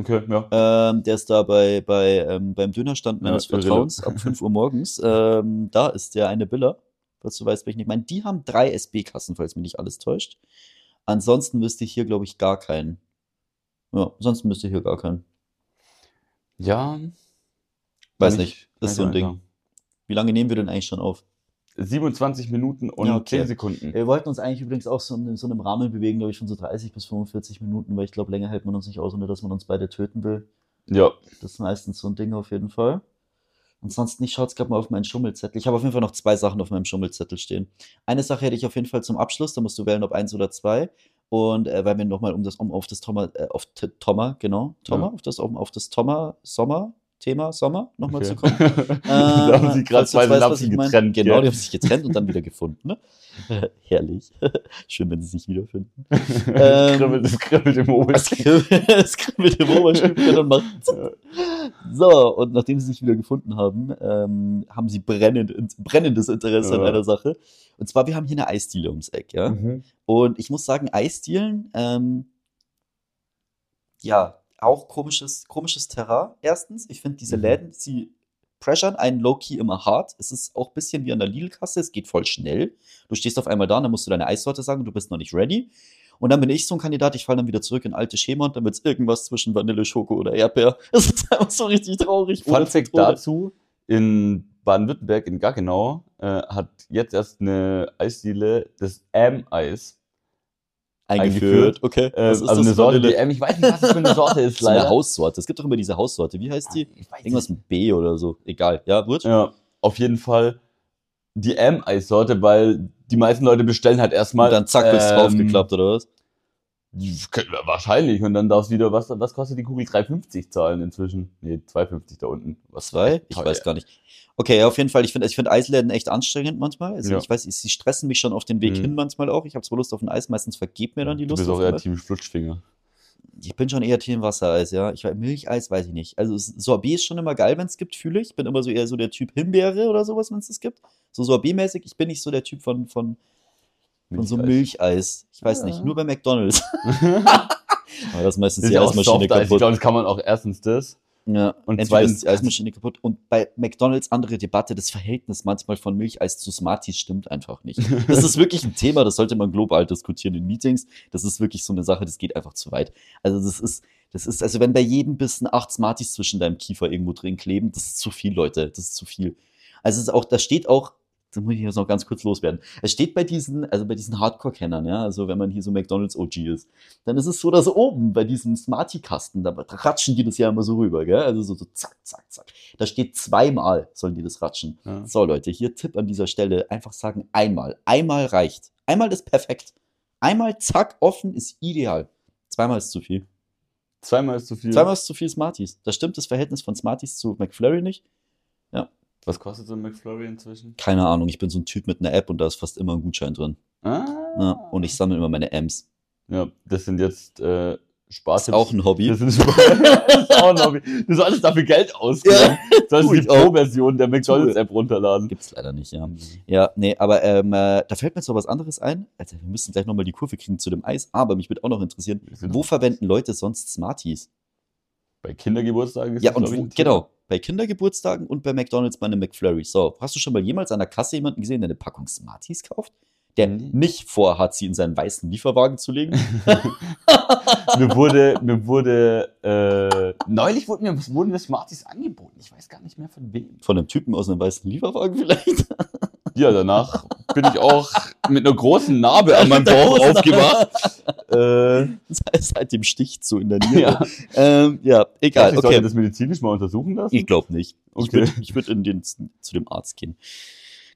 Speaker 1: Okay, ja.
Speaker 2: Ähm, der ist da bei, bei, ähm, beim Dönerstand meines
Speaker 1: Ja, irre.
Speaker 2: Vertrauens ab 5 Uhr morgens. Ähm, da ist der eine Biller, falls du weißt, welchen ich meine. Die haben drei SB-Kassen, falls mich nicht alles täuscht. Ansonsten wüsste ich hier, glaube ich, gar keinen. Ja, ansonsten müsste ich hier gar keinen.
Speaker 1: Ja.
Speaker 2: Weiß
Speaker 1: Kann
Speaker 2: nicht.
Speaker 1: ich-
Speaker 2: Das
Speaker 1: kann
Speaker 2: ist so ein
Speaker 1: ich auch
Speaker 2: Ding.
Speaker 1: nicht
Speaker 2: Wie lange nehmen wir denn eigentlich schon auf?
Speaker 1: sagen. 27 Minuten und
Speaker 2: Ja, okay.
Speaker 1: 10 Sekunden.
Speaker 2: Wir wollten uns eigentlich übrigens auch so in so einem Rahmen bewegen, glaube ich, von so 30 bis 45 Minuten, weil ich glaube, länger hält man uns nicht aus, ohne dass man uns beide töten will.
Speaker 1: Ja.
Speaker 2: Das ist meistens so ein Ding auf jeden Fall. Ansonsten, ich schaue jetzt gerade mal auf meinen Schummelzettel. Ich habe auf jeden Fall noch zwei Sachen auf meinem Schummelzettel stehen. Eine Sache hätte ich auf jeden Fall zum Abschluss, da musst du wählen, ob eins oder zwei. Und äh, weil wir nochmal um das, um auf das Thomas, äh, auf T Thomas, genau, Thomas,
Speaker 1: Ja.
Speaker 2: auf das, um auf das Thomas, Sommer, Thema Sommer nochmal zu kommen.
Speaker 1: da haben sie gerade
Speaker 2: Äh, falls du
Speaker 1: zwei
Speaker 2: jetzt weißt, was
Speaker 1: Synapsen
Speaker 2: ich meine.
Speaker 1: getrennt.
Speaker 2: Genau, die
Speaker 1: gell?
Speaker 2: haben sich getrennt und dann wieder gefunden. Ne? Herrlich. Schön, wenn sie sich wiederfinden.
Speaker 1: Es
Speaker 2: Ähm,
Speaker 1: kribbelt, es kribbelt im
Speaker 2: Es
Speaker 1: Oberschenkel.
Speaker 2: kribbelt es kribbelt im Oberschenkel und macht
Speaker 1: Ja.
Speaker 2: so, und nachdem sie sich wieder gefunden haben, ähm, haben sie brennend, brennendes Interesse an
Speaker 1: Ja.
Speaker 2: einer Sache. Und zwar, wir haben hier eine Eisdiele ums Eck, ja.
Speaker 1: Mhm.
Speaker 2: Und ich muss sagen, Eisdielen, ähm, ja, auch komisches, komisches Terrain. Erstens, ich finde diese
Speaker 1: Mhm.
Speaker 2: Läden, sie pressuren einen Low-Key immer hart. Es ist auch ein bisschen wie an der Lidl-Kasse, es geht voll schnell. Du stehst auf einmal da, und dann musst du deine Eissorte sagen, du bist noch nicht ready. Und dann bin ich so ein Kandidat, ich falle dann wieder zurück in alte Schema und dann wird's irgendwas zwischen Vanille, Schoko oder Erdbeer. Das ist einfach so richtig traurig.
Speaker 1: Fun
Speaker 2: ohne
Speaker 1: Fact
Speaker 2: Zitrone.
Speaker 1: dazu: In Baden-Württemberg, in Gaggenau, äh, hat jetzt erst eine Eisdiele das M-Eis.
Speaker 2: Eingeführt. Okay.
Speaker 1: Äh, also eine Sorte, die M, ich weiß nicht, was das für eine Sorte ist,
Speaker 2: Das ist eine
Speaker 1: leider.
Speaker 2: Haussorte. Es gibt doch immer diese Haussorte. Wie heißt die?
Speaker 1: Ich weiß
Speaker 2: Irgendwas mit B oder so. Egal. Ja, Wurst?
Speaker 1: Ja, auf jeden Fall die M-Eissorte, weil die meisten Leute bestellen halt erstmal.
Speaker 2: Und dann zack, bist du draufgeklappt oder was?
Speaker 1: können wir Wahrscheinlich. Und dann darfst du wieder, was, was kostet die Kugel? 3,50 zahlen inzwischen. Nee, 2,50 da unten. Was
Speaker 2: Zwei? Ich
Speaker 1: Teuer.
Speaker 2: weiß gar nicht. Okay, ja, auf jeden Fall. Ich finde ich find Eisläden echt anstrengend manchmal. Also
Speaker 1: Ja.
Speaker 2: ich weiß, sie stressen mich schon auf den Weg
Speaker 1: Mhm.
Speaker 2: hin manchmal auch. Ich habe zwar Lust auf ein Eis, meistens vergeht mir dann die
Speaker 1: Du
Speaker 2: Lust.
Speaker 1: bist auch
Speaker 2: auf
Speaker 1: eher
Speaker 2: ein Eis.
Speaker 1: Team Flutschfinger.
Speaker 2: Ich bin schon eher Team Wassereis, ja. Ich weiß, Milcheis weiß ich nicht. Also es- Sorbet ist schon immer geil, wenn es gibt, fühle ich. Ich bin immer so eher so der Typ Himbeere oder sowas, wenn es das gibt. So Sorbetmäßig. Ich bin nicht so der Typ von, von, von so Milcheis. Ich weiß
Speaker 1: Ja.
Speaker 2: nicht. Nur bei McDonalds. Aber das ist meistens
Speaker 1: Ah. ist
Speaker 2: die
Speaker 1: ja auch
Speaker 2: Eismaschine
Speaker 1: Soft Eis. Ich
Speaker 2: kaputt.
Speaker 1: glaube, das kann man auch erstens das.
Speaker 2: Ja,
Speaker 1: Und
Speaker 2: und entweder
Speaker 1: zweitens-
Speaker 2: ist die Eismaschine kaputt. Und bei McDonalds andere Debatte, das Verhältnis manchmal von Milcheis zu Smarties stimmt einfach nicht. Das ist wirklich ein Thema, das sollte man global diskutieren in Meetings. Das ist wirklich so eine Sache, das geht einfach zu weit. Also das ist, das ist, also wenn bei jedem Bissen acht Smarties zwischen deinem Kiefer irgendwo drin kleben, das ist zu viel, Leute. Das ist zu viel. Also es ist auch, da steht auch, da muss ich jetzt noch ganz kurz loswerden. Es steht bei diesen, also bei diesen Hardcore-Kennern, ja, also wenn man hier so McDonalds OG ist, dann ist es so, dass oben bei diesem Smarty-Kasten, da ratschen die das ja immer so rüber, gell? Also so, so zack, zack, zack. Da steht zweimal, sollen die das ratschen.
Speaker 1: Ja.
Speaker 2: So, Leute, hier Tipp an dieser Stelle: einfach sagen einmal. Einmal reicht. Einmal ist perfekt. Einmal, zack, offen ist ideal. Zweimal ist zu viel.
Speaker 1: Zweimal ist zu viel.
Speaker 2: Zweimal ist zu viel Smarties. Da stimmt das Verhältnis von Smarties zu McFlurry nicht.
Speaker 1: Was kostet so ein McFlurry inzwischen?
Speaker 2: Keine Ahnung, ich bin so ein Typ mit einer App und da ist fast immer ein Gutschein drin.
Speaker 1: Ah.
Speaker 2: Ja, und ich sammle immer meine M's.
Speaker 1: Ja, das sind jetzt äh, Spaß.
Speaker 2: Ist auch ein Hobby.
Speaker 1: das ist, das ist auch ein Hobby. Du solltest dafür Geld ausgeben. Solltest
Speaker 2: tu
Speaker 1: die
Speaker 2: ich auch.
Speaker 1: Pro-Version der McDonalds-App runterladen.
Speaker 2: Gibt's leider nicht, ja. Ja, nee, aber ähm, äh, da fällt mir jetzt noch was anderes ein. Also, wir müssen gleich nochmal die Kurve kriegen zu dem Eis, aber mich würde auch noch interessieren, wo verwenden Leute sonst Smarties?
Speaker 1: Bei Kindergeburtstagen ist
Speaker 2: Ja,
Speaker 1: das,
Speaker 2: und
Speaker 1: glaub ich,
Speaker 2: wo,
Speaker 1: ein Thema.
Speaker 2: genau, bei Kindergeburtstagen und bei McDonalds bei einem McFlurry. So, hast du schon mal jemals an der Kasse jemanden gesehen, der eine Packung Smarties kauft? Der
Speaker 1: Nee.
Speaker 2: nicht vorhat, sie in seinen weißen Lieferwagen zu legen?
Speaker 1: mir wurde, mir wurde, äh, neulich wurden mir, wurden mir Smarties angeboten. Ich weiß gar nicht mehr von wem.
Speaker 2: Von einem Typen aus einem weißen Lieferwagen vielleicht?
Speaker 1: Ja, danach bin ich auch mit einer großen Narbe an meinem
Speaker 2: Mit einer
Speaker 1: Bauch
Speaker 2: großen
Speaker 1: aufgewacht. Äh,
Speaker 2: Das heißt halt dem Stich zu in der Niere.
Speaker 1: ja,
Speaker 2: ähm, ja
Speaker 1: Dachte
Speaker 2: egal.
Speaker 1: ich sollte
Speaker 2: okay.
Speaker 1: das medizinisch mal untersuchen lassen.
Speaker 2: Ich glaube nicht.
Speaker 1: Okay.
Speaker 2: Ich würde ich würd in den, zu dem Arzt gehen.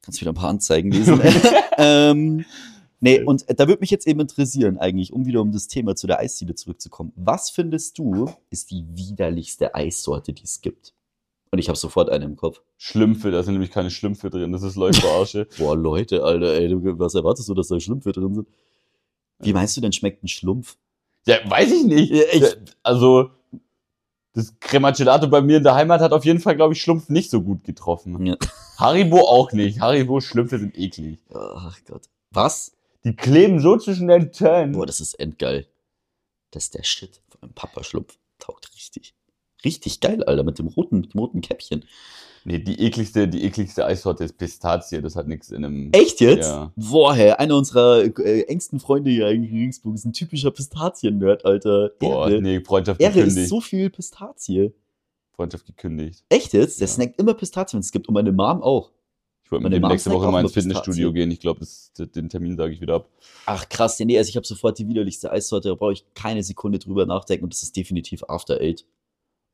Speaker 2: Kannst wieder ein paar Anzeigen lesen. ähm, nee,
Speaker 1: Okay.
Speaker 2: und da würde mich jetzt eben interessieren, eigentlich, um wieder um das Thema zu der Eisdiele zurückzukommen. Was findest du, ist die widerlichste Eissorte, die es gibt? Und ich habe sofort eine im Kopf.
Speaker 1: Schlümpfe, da sind nämlich keine Schlümpfe drin. Das ist Leuchtbarsche.
Speaker 2: Boah, Leute, Alter, ey, du- was erwartest du, dass da Schlümpfe drin sind? Wie meinst du denn, schmeckt ein Schlumpf?
Speaker 1: ja, weiß ich nicht.
Speaker 2: Ja, ich-
Speaker 1: also, das Cremacelato bei mir in der Heimat hat auf jeden Fall, glaube ich, Schlumpf nicht so gut getroffen.
Speaker 2: Ja.
Speaker 1: Haribo auch nicht. Haribo Schlümpfe sind eklig.
Speaker 2: Ach Gott. Was?
Speaker 1: Die kleben so zwischen den Zähnen.
Speaker 2: Boah, das ist endgeil. Das ist der Shit von einem Papa-Schlumpf. Taugt richtig. Richtig geil, Alter, mit dem roten, mit dem roten Käppchen.
Speaker 1: Nee, die ekligste, die ekligste Eissorte ist Pistazie. Das hat nichts in einem.
Speaker 2: Echt jetzt?
Speaker 1: Ja.
Speaker 2: Boah, hey, einer unserer äh, engsten Freunde hier eigentlich in Regensburg ist ein typischer Pistazien-Nerd, Alter.
Speaker 1: Boah,
Speaker 2: Ehre.
Speaker 1: nee, Freundschaft
Speaker 2: Ehre ist
Speaker 1: gekündigt.
Speaker 2: so viel Pistazie.
Speaker 1: Freundschaft gekündigt.
Speaker 2: Echt jetzt? Der
Speaker 1: Ja.
Speaker 2: snackt immer Pistazien. Es gibt und meine Mom auch.
Speaker 1: Ich wollte mit
Speaker 2: Meine
Speaker 1: dem
Speaker 2: Mom
Speaker 1: nächste
Speaker 2: snackt
Speaker 1: Woche
Speaker 2: auch
Speaker 1: mal
Speaker 2: nur
Speaker 1: ins Fitnessstudio
Speaker 2: Pistazien.
Speaker 1: gehen. Ich glaube, das- den Termin sage ich wieder ab.
Speaker 2: Ach krass, ja, nee, also ich habe sofort die widerlichste Eissorte, da brauche ich keine Sekunde drüber nachdenken und das ist definitiv After Eight.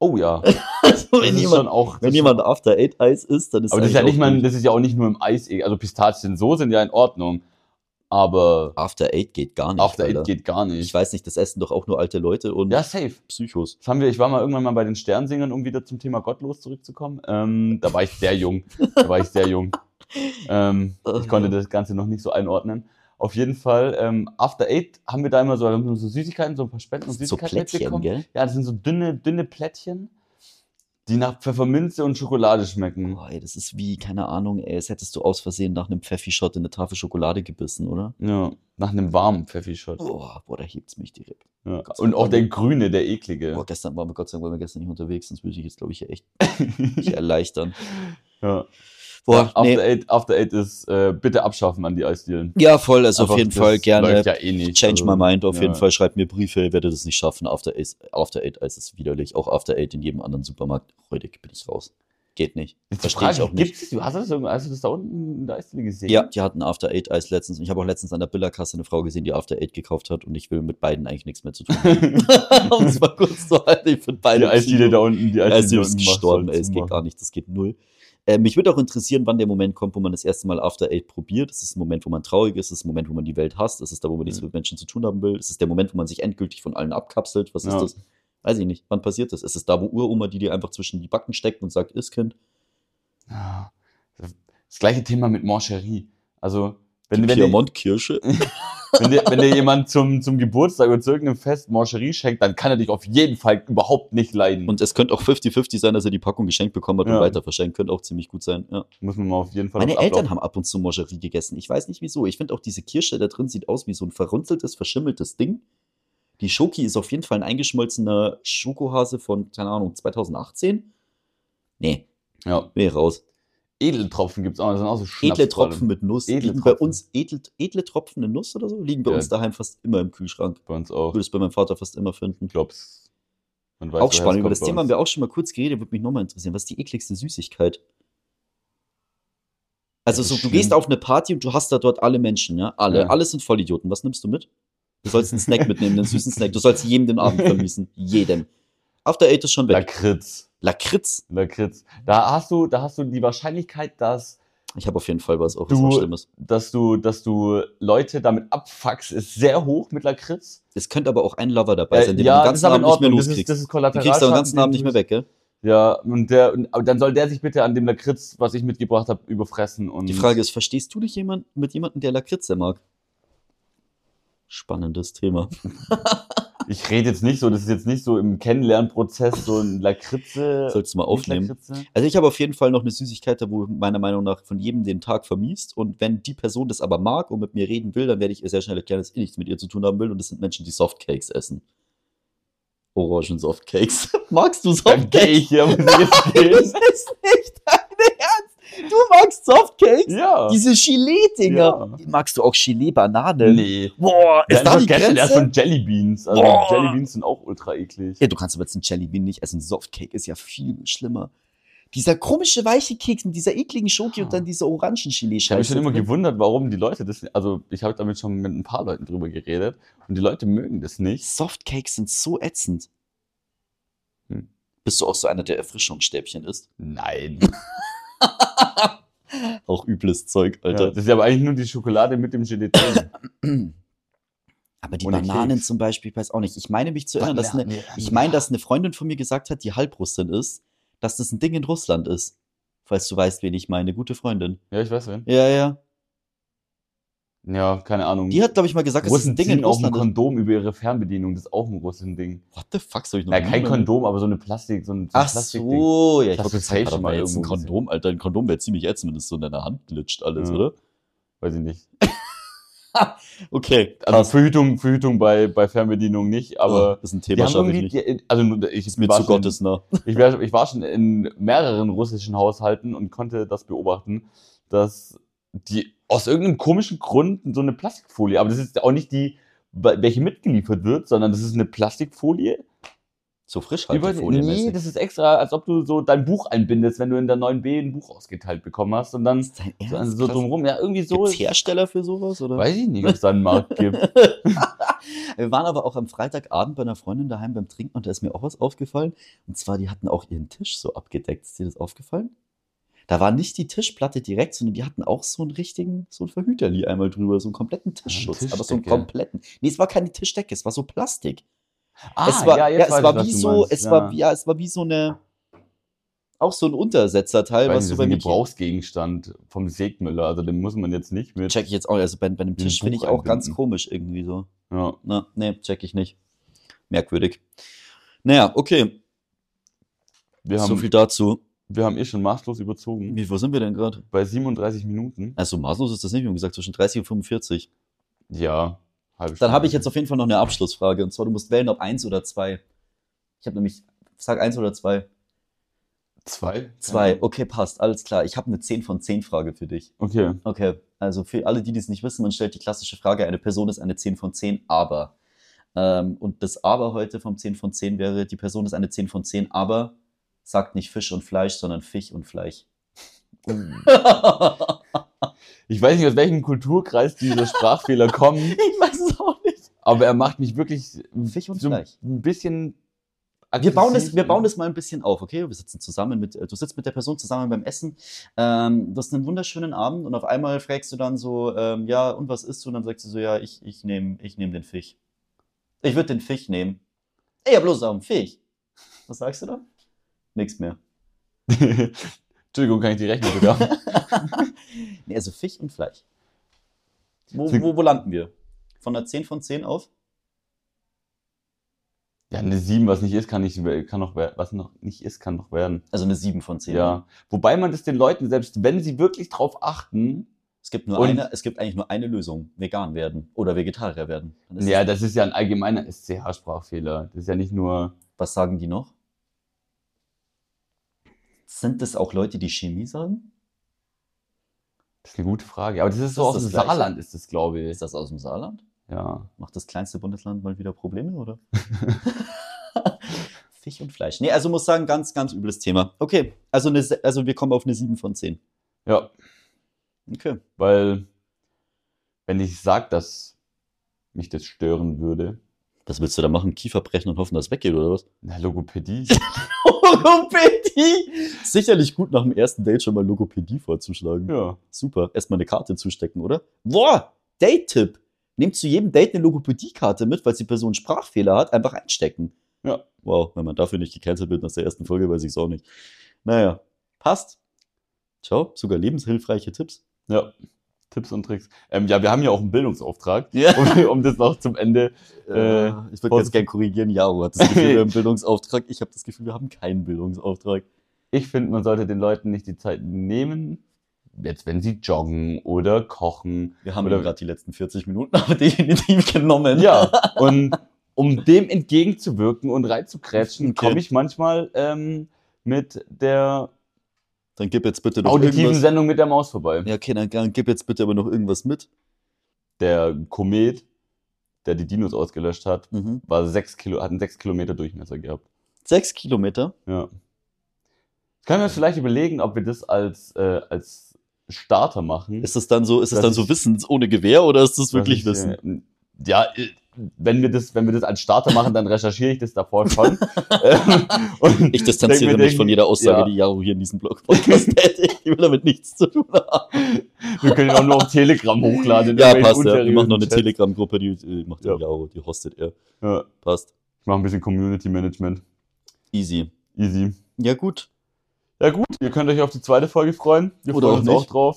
Speaker 1: Oh ja.
Speaker 2: Also,
Speaker 1: Das
Speaker 2: wenn
Speaker 1: ist
Speaker 2: jemand,
Speaker 1: schon auch. das
Speaker 2: wenn
Speaker 1: ist
Speaker 2: jemand After Eight Eis isst, dann ist
Speaker 1: Aber das ist ja
Speaker 2: eigentlich
Speaker 1: nicht
Speaker 2: auch
Speaker 1: mal,
Speaker 2: gut.
Speaker 1: das ist ja auch nicht nur im Eis, also Pistazien so sind ja in Ordnung, aber
Speaker 2: After Eight geht gar nicht.
Speaker 1: After Eight
Speaker 2: Alter.
Speaker 1: geht gar nicht.
Speaker 2: Ich weiß nicht, das essen doch auch nur alte Leute und
Speaker 1: Ja, safe.
Speaker 2: Psychos.
Speaker 1: Das haben wir, ich war mal irgendwann mal bei den Sternsingern, um wieder zum Thema gottlos zurückzukommen. Ähm, da war ich sehr jung. Da war ich sehr jung. Ähm,
Speaker 2: Oh,
Speaker 1: ich konnte
Speaker 2: ja.
Speaker 1: das Ganze noch nicht so einordnen. Auf jeden Fall, ähm, After Eight haben wir da immer so, da haben wir so Süßigkeiten, so ein paar Spenden und halt
Speaker 2: So
Speaker 1: Süßigkeiten
Speaker 2: Plättchen,
Speaker 1: mitbekommen.
Speaker 2: gell?
Speaker 1: Ja, das sind so dünne, dünne Plättchen, die nach Pfefferminze und Schokolade schmecken.
Speaker 2: Boah, ey, das ist wie, keine Ahnung, ey, als hättest du aus Versehen nach einem Pfeffi-Shot in eine Tafel Schokolade gebissen, oder?
Speaker 1: Ja, nach einem warmen Pfeffi-Shot.
Speaker 2: Boah, boah, da hebt's mich direkt.
Speaker 1: Ja.
Speaker 2: Oh Gott sei
Speaker 1: Und auch
Speaker 2: Dank.
Speaker 1: der grüne, der eklige.
Speaker 2: Boah, gestern waren wir, Gott sei Dank, waren wir gestern nicht unterwegs, sonst würde ich jetzt, glaube ich, hier echt mich erleichtern.
Speaker 1: ja.
Speaker 2: Boah,
Speaker 1: After,
Speaker 2: nee.
Speaker 1: Eight, After Eight ist äh, bitte abschaffen an die Eisdielen.
Speaker 2: Ja, voll, also
Speaker 1: Einfach,
Speaker 2: auf jeden
Speaker 1: das
Speaker 2: Fall gerne.
Speaker 1: Läuft ja eh nicht.
Speaker 2: Change my
Speaker 1: Also,
Speaker 2: mind, auf
Speaker 1: ja.
Speaker 2: jeden Fall. Schreibt mir Briefe, ihr werdet es nicht schaffen. After Eight, After Eight Eis ist widerlich. Auch After Eight in jedem anderen Supermarkt. Heute bin ich raus. Geht nicht.
Speaker 1: Jetzt die
Speaker 2: Verstehe ich
Speaker 1: Frage,
Speaker 2: auch nicht.
Speaker 1: Gibt's, das? hast, du das, irgendwo- hast du das da unten in der Eisdiele gesehen?
Speaker 2: Ja, die hatten After Eight Eis letztens. Und ich habe auch letztens an der Billerkasse eine Frau gesehen, die After Eight gekauft hat. Und ich will mit beiden eigentlich nichts mehr zu tun haben. um es mal kurz zu halten, ich finde beide.
Speaker 1: Die Eisdiele da unten, halt die
Speaker 2: Die Eisdiele
Speaker 1: Eisdiele
Speaker 2: ist gestorben, ey. Es geht gar nicht. Das geht null. Äh, mich würde auch interessieren, wann der Moment kommt, wo man das erste Mal After Eight probiert. Ist es ein Moment, wo man traurig ist? Ist es ein Moment, wo man die Welt hasst? Ist es da, wo man nichts
Speaker 1: Mhm.
Speaker 2: mit Menschen zu tun haben will? Ist es der Moment, wo man sich endgültig von allen abkapselt? Was
Speaker 1: Ja.
Speaker 2: ist das? Weiß ich nicht. Wann passiert das? Ist es da, wo Uroma die dir einfach zwischen die Backen steckt und sagt, ist Kind?
Speaker 1: Ja. Das gleiche Thema mit Mancherie. Also, wenn, wenn, dir,
Speaker 2: Piemont-Kirsche?
Speaker 1: wenn, dir, wenn dir jemand zum, zum Geburtstag oder zu irgendeinem Fest Mancherie schenkt, dann kann er dich auf jeden Fall überhaupt nicht leiden.
Speaker 2: Und es könnte auch 50-50 sein, dass er die Packung geschenkt bekommen hat
Speaker 1: Ja.
Speaker 2: und weiter verschenkt. Könnte auch ziemlich gut sein. Ja.
Speaker 1: Muss man mal auf jeden Fall
Speaker 2: Meine
Speaker 1: auf Ablauf-
Speaker 2: Eltern haben ab und zu Mangerie gegessen. Ich weiß nicht wieso. Ich finde auch diese Kirsche da drin sieht aus wie so ein verrunzeltes, verschimmeltes Ding. Die Schoki ist auf jeden Fall ein eingeschmolzener Schokohase von, keine Ahnung, 2018. Nee,
Speaker 1: Ja.
Speaker 2: nee, raus.
Speaker 1: Edeltropfen gibt's auch, das sind auch so Schnaps
Speaker 2: Edle
Speaker 1: vor allem.
Speaker 2: Tropfen mit Nuss.
Speaker 1: Edle
Speaker 2: liegen bei
Speaker 1: Tropfen.
Speaker 2: uns edle, edle Tropfen eine Nuss oder so? Liegen bei
Speaker 1: Ja.
Speaker 2: uns daheim fast immer im Kühlschrank.
Speaker 1: Bei uns auch.
Speaker 2: Würde es bei meinem Vater fast immer finden.
Speaker 1: Ich glaub's. Man weiß,
Speaker 2: auch
Speaker 1: woher
Speaker 2: spannend.
Speaker 1: es
Speaker 2: Über
Speaker 1: kommt
Speaker 2: das
Speaker 1: bei
Speaker 2: Thema
Speaker 1: uns.
Speaker 2: haben wir auch schon mal kurz geredet. Würde mich nochmal interessieren. Was ist die ekligste Süßigkeit? Also,
Speaker 1: Ja,
Speaker 2: so, du
Speaker 1: bestimmt.
Speaker 2: gehst auf eine Party und du hast da dort alle Menschen, ja? Alle.
Speaker 1: Ja.
Speaker 2: Alle sind Vollidioten. Was nimmst du mit? Du sollst einen Snack mitnehmen, einen süßen Snack. Du sollst jedem den Abend vermiesen. Jedem. After Eight ist schon weg.
Speaker 1: Lakritz.
Speaker 2: Lakritz.
Speaker 1: Lakritz. Da hast du, da hast du die Wahrscheinlichkeit, dass,
Speaker 2: Ich habe auf jeden Fall was auch,
Speaker 1: Du-
Speaker 2: was auch Schlimmes.
Speaker 1: dass du, dass du Leute damit abfuckst, ist sehr hoch mit Lakritz.
Speaker 2: Es könnte aber auch ein Lover dabei sein, den du den ganzen
Speaker 1: aber
Speaker 2: Abend nicht mehr
Speaker 1: Äh, Das ist,
Speaker 2: loskriegst.
Speaker 1: das ist
Speaker 2: Den
Speaker 1: Kollateral.
Speaker 2: kriegst du den ganzen Abend nicht mehr weg, gell?
Speaker 1: Ja, und der, und, aber dann soll der sich bitte an dem Lakritz, was ich mitgebracht habe, überfressen und.
Speaker 2: Die Frage ist, verstehst du dich jemand, mit jemandem, der Lakritze mag? Spannendes Thema.
Speaker 1: Ich rede jetzt nicht so, das ist jetzt nicht so im Kennenlernprozess so ein Lakritze.
Speaker 2: Solltest du mal aufnehmen.
Speaker 1: Nicht Lakritze.
Speaker 2: Also ich habe auf jeden Fall noch eine Süßigkeit, da wo meiner Meinung nach von jedem den Tag vermiest. Und wenn die Person das aber mag und mit mir reden will, dann werde ich ihr sehr schnell erklären, dass ich nichts mit ihr zu tun haben will. Und das sind Menschen, die Softcakes essen. Orangen-Softcakes. Magst du
Speaker 1: Dann gehe
Speaker 2: Softcakes?
Speaker 1: ich hier, wenn du jetzt gehst.
Speaker 2: ist nicht dein Ernst. Du magst Softcakes?
Speaker 1: Ja.
Speaker 2: Diese Gelee-Dinger.
Speaker 1: Ja.
Speaker 2: Magst du auch Gelee-Banane?
Speaker 1: Nee.
Speaker 2: Boah,
Speaker 1: Der
Speaker 2: ist
Speaker 1: ist,
Speaker 2: da
Speaker 1: von
Speaker 2: die
Speaker 1: Grenze, der ist
Speaker 2: Grenze?
Speaker 1: von Jellybeans. Also
Speaker 2: Boah.
Speaker 1: Jellybeans sind auch ultra eklig.
Speaker 2: Ja, du kannst aber jetzt einen Jellybean nicht essen. Softcake ist ja viel schlimmer. Dieser komische weiche Keks mit dieser ekligen Schoki und dann dieser orangen
Speaker 1: Ah.
Speaker 2: chili
Speaker 1: Ich habe mich schon immer gewundert, warum die Leute das. Also, ich habe damit schon mit ein paar Leuten drüber geredet und die Leute mögen das nicht.
Speaker 2: Softcakes sind so ätzend.
Speaker 1: Hm.
Speaker 2: Bist du auch so einer, der Erfrischungsstäbchen isst?
Speaker 1: Nein.
Speaker 2: Auch übles Zeug,
Speaker 1: Ja, das ist ja aber eigentlich nur die Schokolade mit dem Gelee drin.
Speaker 2: Aber die
Speaker 1: Ohne
Speaker 2: Bananen
Speaker 1: Keks.
Speaker 2: zum Beispiel, ich weiß auch nicht. Ich meine mich zu erinnern, dass eine,
Speaker 1: Nee.
Speaker 2: ich meine, dass eine Freundin von mir gesagt hat, die Halbrussin ist, dass das ein Ding in Russland ist. Falls du weißt, wen ich meine, gute Freundin.
Speaker 1: Ja, ich weiß wen.
Speaker 2: Ja, ja.
Speaker 1: Ja, keine Ahnung.
Speaker 2: Die hat, glaube ich, mal gesagt, dass das
Speaker 1: Russen
Speaker 2: ein Ding
Speaker 1: ziehen
Speaker 2: in
Speaker 1: auch ein
Speaker 2: Russland ist.
Speaker 1: Kondom über ihre Fernbedienung. Das ist auch ein russisches Ding.
Speaker 2: What the fuck soll ich noch
Speaker 1: Ja, kein
Speaker 2: nie-
Speaker 1: Kondom, aber so eine Plastik, so ein, so ein
Speaker 2: Ach
Speaker 1: Plastikding.
Speaker 2: so, ja, ich
Speaker 1: Das
Speaker 2: glaube, das
Speaker 1: safe
Speaker 2: hat
Speaker 1: schon
Speaker 2: halt mal
Speaker 1: mal
Speaker 2: jetzt ein
Speaker 1: irgendwo gesehen.
Speaker 2: Kondom, Alter. Ein Kondom wäre ziemlich ätzend, wenn das so in deiner Hand glitscht alles,
Speaker 1: Ja.
Speaker 2: oder?
Speaker 1: Weiß ich nicht.
Speaker 2: Okay,
Speaker 1: Also Verhütung, Verhütung bei, bei Fernbedienung nicht, aber.
Speaker 2: das ist ein
Speaker 1: Die
Speaker 2: Thema,
Speaker 1: haben
Speaker 2: schaffe ich
Speaker 1: irgendwie,
Speaker 2: nicht.
Speaker 1: die, also nur- ich,
Speaker 2: Ist mir
Speaker 1: war
Speaker 2: zu
Speaker 1: schon-
Speaker 2: Gottes nah.
Speaker 1: Ich, wär, ich war schon in mehreren russischen Haushalten und konnte das beobachten, dass die aus irgendeinem komischen Grund so eine Plastikfolie, aber das ist auch nicht die, welche mitgeliefert wird, sondern das ist eine Plastikfolie.
Speaker 2: So
Speaker 1: Die wird, nee,
Speaker 2: frischhaltefolie
Speaker 1: das ist extra, als ob du so dein Buch einbindest, wenn du in der 9b ein Buch ausgeteilt bekommen hast und dann
Speaker 2: dein
Speaker 1: so, so drumrum, ja, irgendwie so.
Speaker 2: Gibt's Hersteller für sowas, oder?
Speaker 1: Weiß ich nicht, ob es da einen Markt gibt.
Speaker 2: Wir waren aber auch am Freitagabend bei einer Freundin daheim beim Trinken und da ist mir auch was aufgefallen. Und zwar, die hatten auch ihren Tisch so abgedeckt. Ist dir das aufgefallen? Da war nicht die Tischplatte direkt, sondern die hatten auch so einen richtigen, so einen Verhüterli einmal drüber, so einen kompletten Tischschutz. aber so
Speaker 1: Ah,
Speaker 2: einen
Speaker 1: Tischdecke.
Speaker 2: kompletten. Nee, es war keine Tischdecke, es war so Plastik.
Speaker 1: Ah,
Speaker 2: es war, ja,
Speaker 1: jetzt weiß
Speaker 2: es
Speaker 1: ich,
Speaker 2: war
Speaker 1: was
Speaker 2: wie
Speaker 1: du
Speaker 2: so,
Speaker 1: meinst,
Speaker 2: es
Speaker 1: ja.
Speaker 2: war, ja, es war wie so eine, auch so ein Untersetzerteil,
Speaker 1: Weiß
Speaker 2: was
Speaker 1: nicht,
Speaker 2: du
Speaker 1: das
Speaker 2: bei
Speaker 1: ist ein
Speaker 2: mir
Speaker 1: Gebrauchsgegenstand vom Segmüller, also den muss man jetzt nicht mit.
Speaker 2: check ich jetzt auch. Also bei, bei einem
Speaker 1: Ein
Speaker 2: Tisch finde ich
Speaker 1: Buch
Speaker 2: auch ganz
Speaker 1: einbinden.
Speaker 2: komisch irgendwie so.
Speaker 1: Ja.
Speaker 2: Na, nee, check ich nicht. Merkwürdig. Naja, okay.
Speaker 1: Wir, haben,
Speaker 2: so viel dazu.
Speaker 1: wir haben eh schon maßlos überzogen.
Speaker 2: Wie, wo sind wir denn gerade?
Speaker 1: Bei 37 Minuten.
Speaker 2: Also maßlos ist das nicht, wir haben gesagt, zwischen 30 und 45.
Speaker 1: Ja, halbe
Speaker 2: Dann
Speaker 1: Stunde.
Speaker 2: habe ich jetzt auf jeden Fall noch eine Abschlussfrage. Und zwar, du musst wählen, ob eins oder zwei. Ich habe nämlich, sag eins oder zwei.
Speaker 1: zwei.
Speaker 2: Zwei, okay, passt, alles klar. Ich habe eine 10 von 10 Frage für dich.
Speaker 1: Okay.
Speaker 2: Okay, also für alle, die das nicht wissen, man stellt die klassische Frage, eine Person ist eine 10 von 10, aber. Ähm, und das Aber heute vom 10 von 10 wäre, die Person ist eine 10 von 10, aber sagt nicht Fisch und Fleisch, sondern Fisch und Fleisch. ich weiß
Speaker 1: Ich weiß nicht, aus welchem Kulturkreis diese Sprachfehler kommen,
Speaker 2: es auch nicht.
Speaker 1: aber er macht mich wirklich
Speaker 2: Fisch und
Speaker 1: so ein
Speaker 2: Fleisch.
Speaker 1: bisschen.
Speaker 2: Wir bauen, das,
Speaker 1: aggressiv.
Speaker 2: wir bauen das mal ein bisschen auf, okay? Wir sitzen zusammen mit, äh, du sitzt mit der Person zusammen beim Essen, ähm, du hast einen wunderschönen Abend und auf einmal fragst du dann so, ähm, ja, und was isst du? Und dann sagst du so, ja, ich, ich nehme ich nehm den Fisch. Ich würde den Fisch nehmen. Ey, ja, bloß auch einen Fisch. Was sagst du dann? Nix mehr.
Speaker 1: Entschuldigung, kann ich die Rechnung bitte haben?
Speaker 2: Nee, also Fisch und Fleisch. Wo,
Speaker 1: Sie-
Speaker 2: wo, wo landen wir? Von einer 10 von 10 auf?
Speaker 1: Ja, eine 7, was nicht ist, kann nicht, kann noch, wer- was noch nicht ist, kann noch werden.
Speaker 2: Also eine 7 von 10.
Speaker 1: Ja. Wobei man das den Leuten, selbst wenn sie wirklich drauf achten,
Speaker 2: Es gibt, nur
Speaker 1: Und-
Speaker 2: eine, es gibt eigentlich nur eine Lösung. Vegan werden oder Vegetarier werden. Dann ist
Speaker 1: ja,
Speaker 2: es-
Speaker 1: das ist ja ein allgemeiner SCH-Sprachfehler. Das ist ja nicht nur.
Speaker 2: Was sagen die noch? Sind das auch Leute, die Chemie sagen?
Speaker 1: Das ist eine gute Frage. Aber das ist so
Speaker 2: Das
Speaker 1: aus
Speaker 2: ist
Speaker 1: dem
Speaker 2: das Gleiche.
Speaker 1: Saarland, ist das, glaube ich.
Speaker 2: Ist das aus dem Saarland?
Speaker 1: Ja.
Speaker 2: Macht das kleinste Bundesland mal wieder Probleme, oder? Fisch und Fleisch. Nee, also muss sagen, ganz, ganz übles Thema. Okay, also, eine, Se- also wir kommen auf eine 7 von 10.
Speaker 1: Ja,
Speaker 2: Okay.
Speaker 1: weil, wenn ich sage, dass mich das stören würde,
Speaker 2: Was willst du da machen? Kiefer brechen und hoffen, dass es weggeht, oder was?
Speaker 1: na, Logopädie.
Speaker 2: Logopädie! Sicherlich gut nach dem ersten Date schon mal Logopädie vorzuschlagen.
Speaker 1: ja.
Speaker 2: Super. Erstmal eine Karte zustecken, oder? Boah, Date-Tipp. Nehmt zu jedem Date eine Logopädie-Karte mit, falls die Person Sprachfehler hat, einfach einstecken.
Speaker 1: Ja.
Speaker 2: Wow, wenn man dafür nicht gecancelt wird nach der ersten Folge, weiß ich es auch nicht. Naja, passt. Ciao, sogar lebenshilfreiche Tipps.
Speaker 1: Ja. Tipps und Tricks. Ähm, ja, wir haben ja auch einen Bildungsauftrag,
Speaker 2: Ja.
Speaker 1: um, um das noch zum Ende.
Speaker 2: Äh, ich würde ganz
Speaker 1: Vorsicht-
Speaker 2: gerne korrigieren, Jaro hat das Gefühl, wir haben Bildungsauftrag. Ich habe das Gefühl, wir haben keinen Bildungsauftrag.
Speaker 1: Ich finde, man sollte den Leuten nicht die Zeit nehmen, jetzt wenn sie joggen oder kochen.
Speaker 2: Wir haben
Speaker 1: Oder-
Speaker 2: gerade die letzten 40 Minuten aber definitiv genommen.
Speaker 1: Ja, und um dem entgegenzuwirken und reinzukrätschen,
Speaker 2: Okay.
Speaker 1: komme ich manchmal ähm, mit der
Speaker 2: Dann gib jetzt bitte noch
Speaker 1: auditiven
Speaker 2: irgendwas.
Speaker 1: Sendung mit der Maus vorbei.
Speaker 2: Ja, okay, dann, dann gib jetzt bitte aber noch irgendwas mit.
Speaker 1: Der Komet, der die Dinos ausgelöscht hat,
Speaker 2: Mhm.
Speaker 1: war sechs Kilo, hat einen sechs Kilometer Durchmesser gehabt.
Speaker 2: Sechs Kilometer.
Speaker 1: Ja. Können wir uns vielleicht überlegen, ob wir das als, äh, als Starter machen?
Speaker 2: Ist das dann so, ist das
Speaker 1: Das
Speaker 2: dann
Speaker 1: ist-
Speaker 2: so Wissen ohne Gewehr oder ist das wirklich
Speaker 1: Was ich,
Speaker 2: Wissen?
Speaker 1: äh, Ja, äh, wenn wir, das, wenn wir das als Starter machen, dann recherchiere ich das davor schon. Ähm, und
Speaker 2: Ich distanziere
Speaker 1: denk mir,
Speaker 2: mich von
Speaker 1: denk-
Speaker 2: jeder Aussage,
Speaker 1: ja.
Speaker 2: die Jaro hier in diesem Blog-Podcast tätigt. Ich will damit nichts zu tun haben.
Speaker 1: Wir können ihn auch nur auf Telegram hochladen. in
Speaker 2: Ja,
Speaker 1: irgendwelchen
Speaker 2: passt. Ja. Wir
Speaker 1: unseriösen
Speaker 2: machen noch eine
Speaker 1: Chats.
Speaker 2: Telegram-Gruppe, die äh, macht der
Speaker 1: Ja.
Speaker 2: Jaro, die hostet er.
Speaker 1: Ja,
Speaker 2: Passt.
Speaker 1: ich mache ein bisschen Community Management.
Speaker 2: Easy.
Speaker 1: Easy.
Speaker 2: Ja, gut.
Speaker 1: Ja gut, ihr könnt euch auf die zweite Folge freuen. Wir
Speaker 2: Oder
Speaker 1: freuen
Speaker 2: auch
Speaker 1: uns
Speaker 2: nicht.
Speaker 1: auch drauf.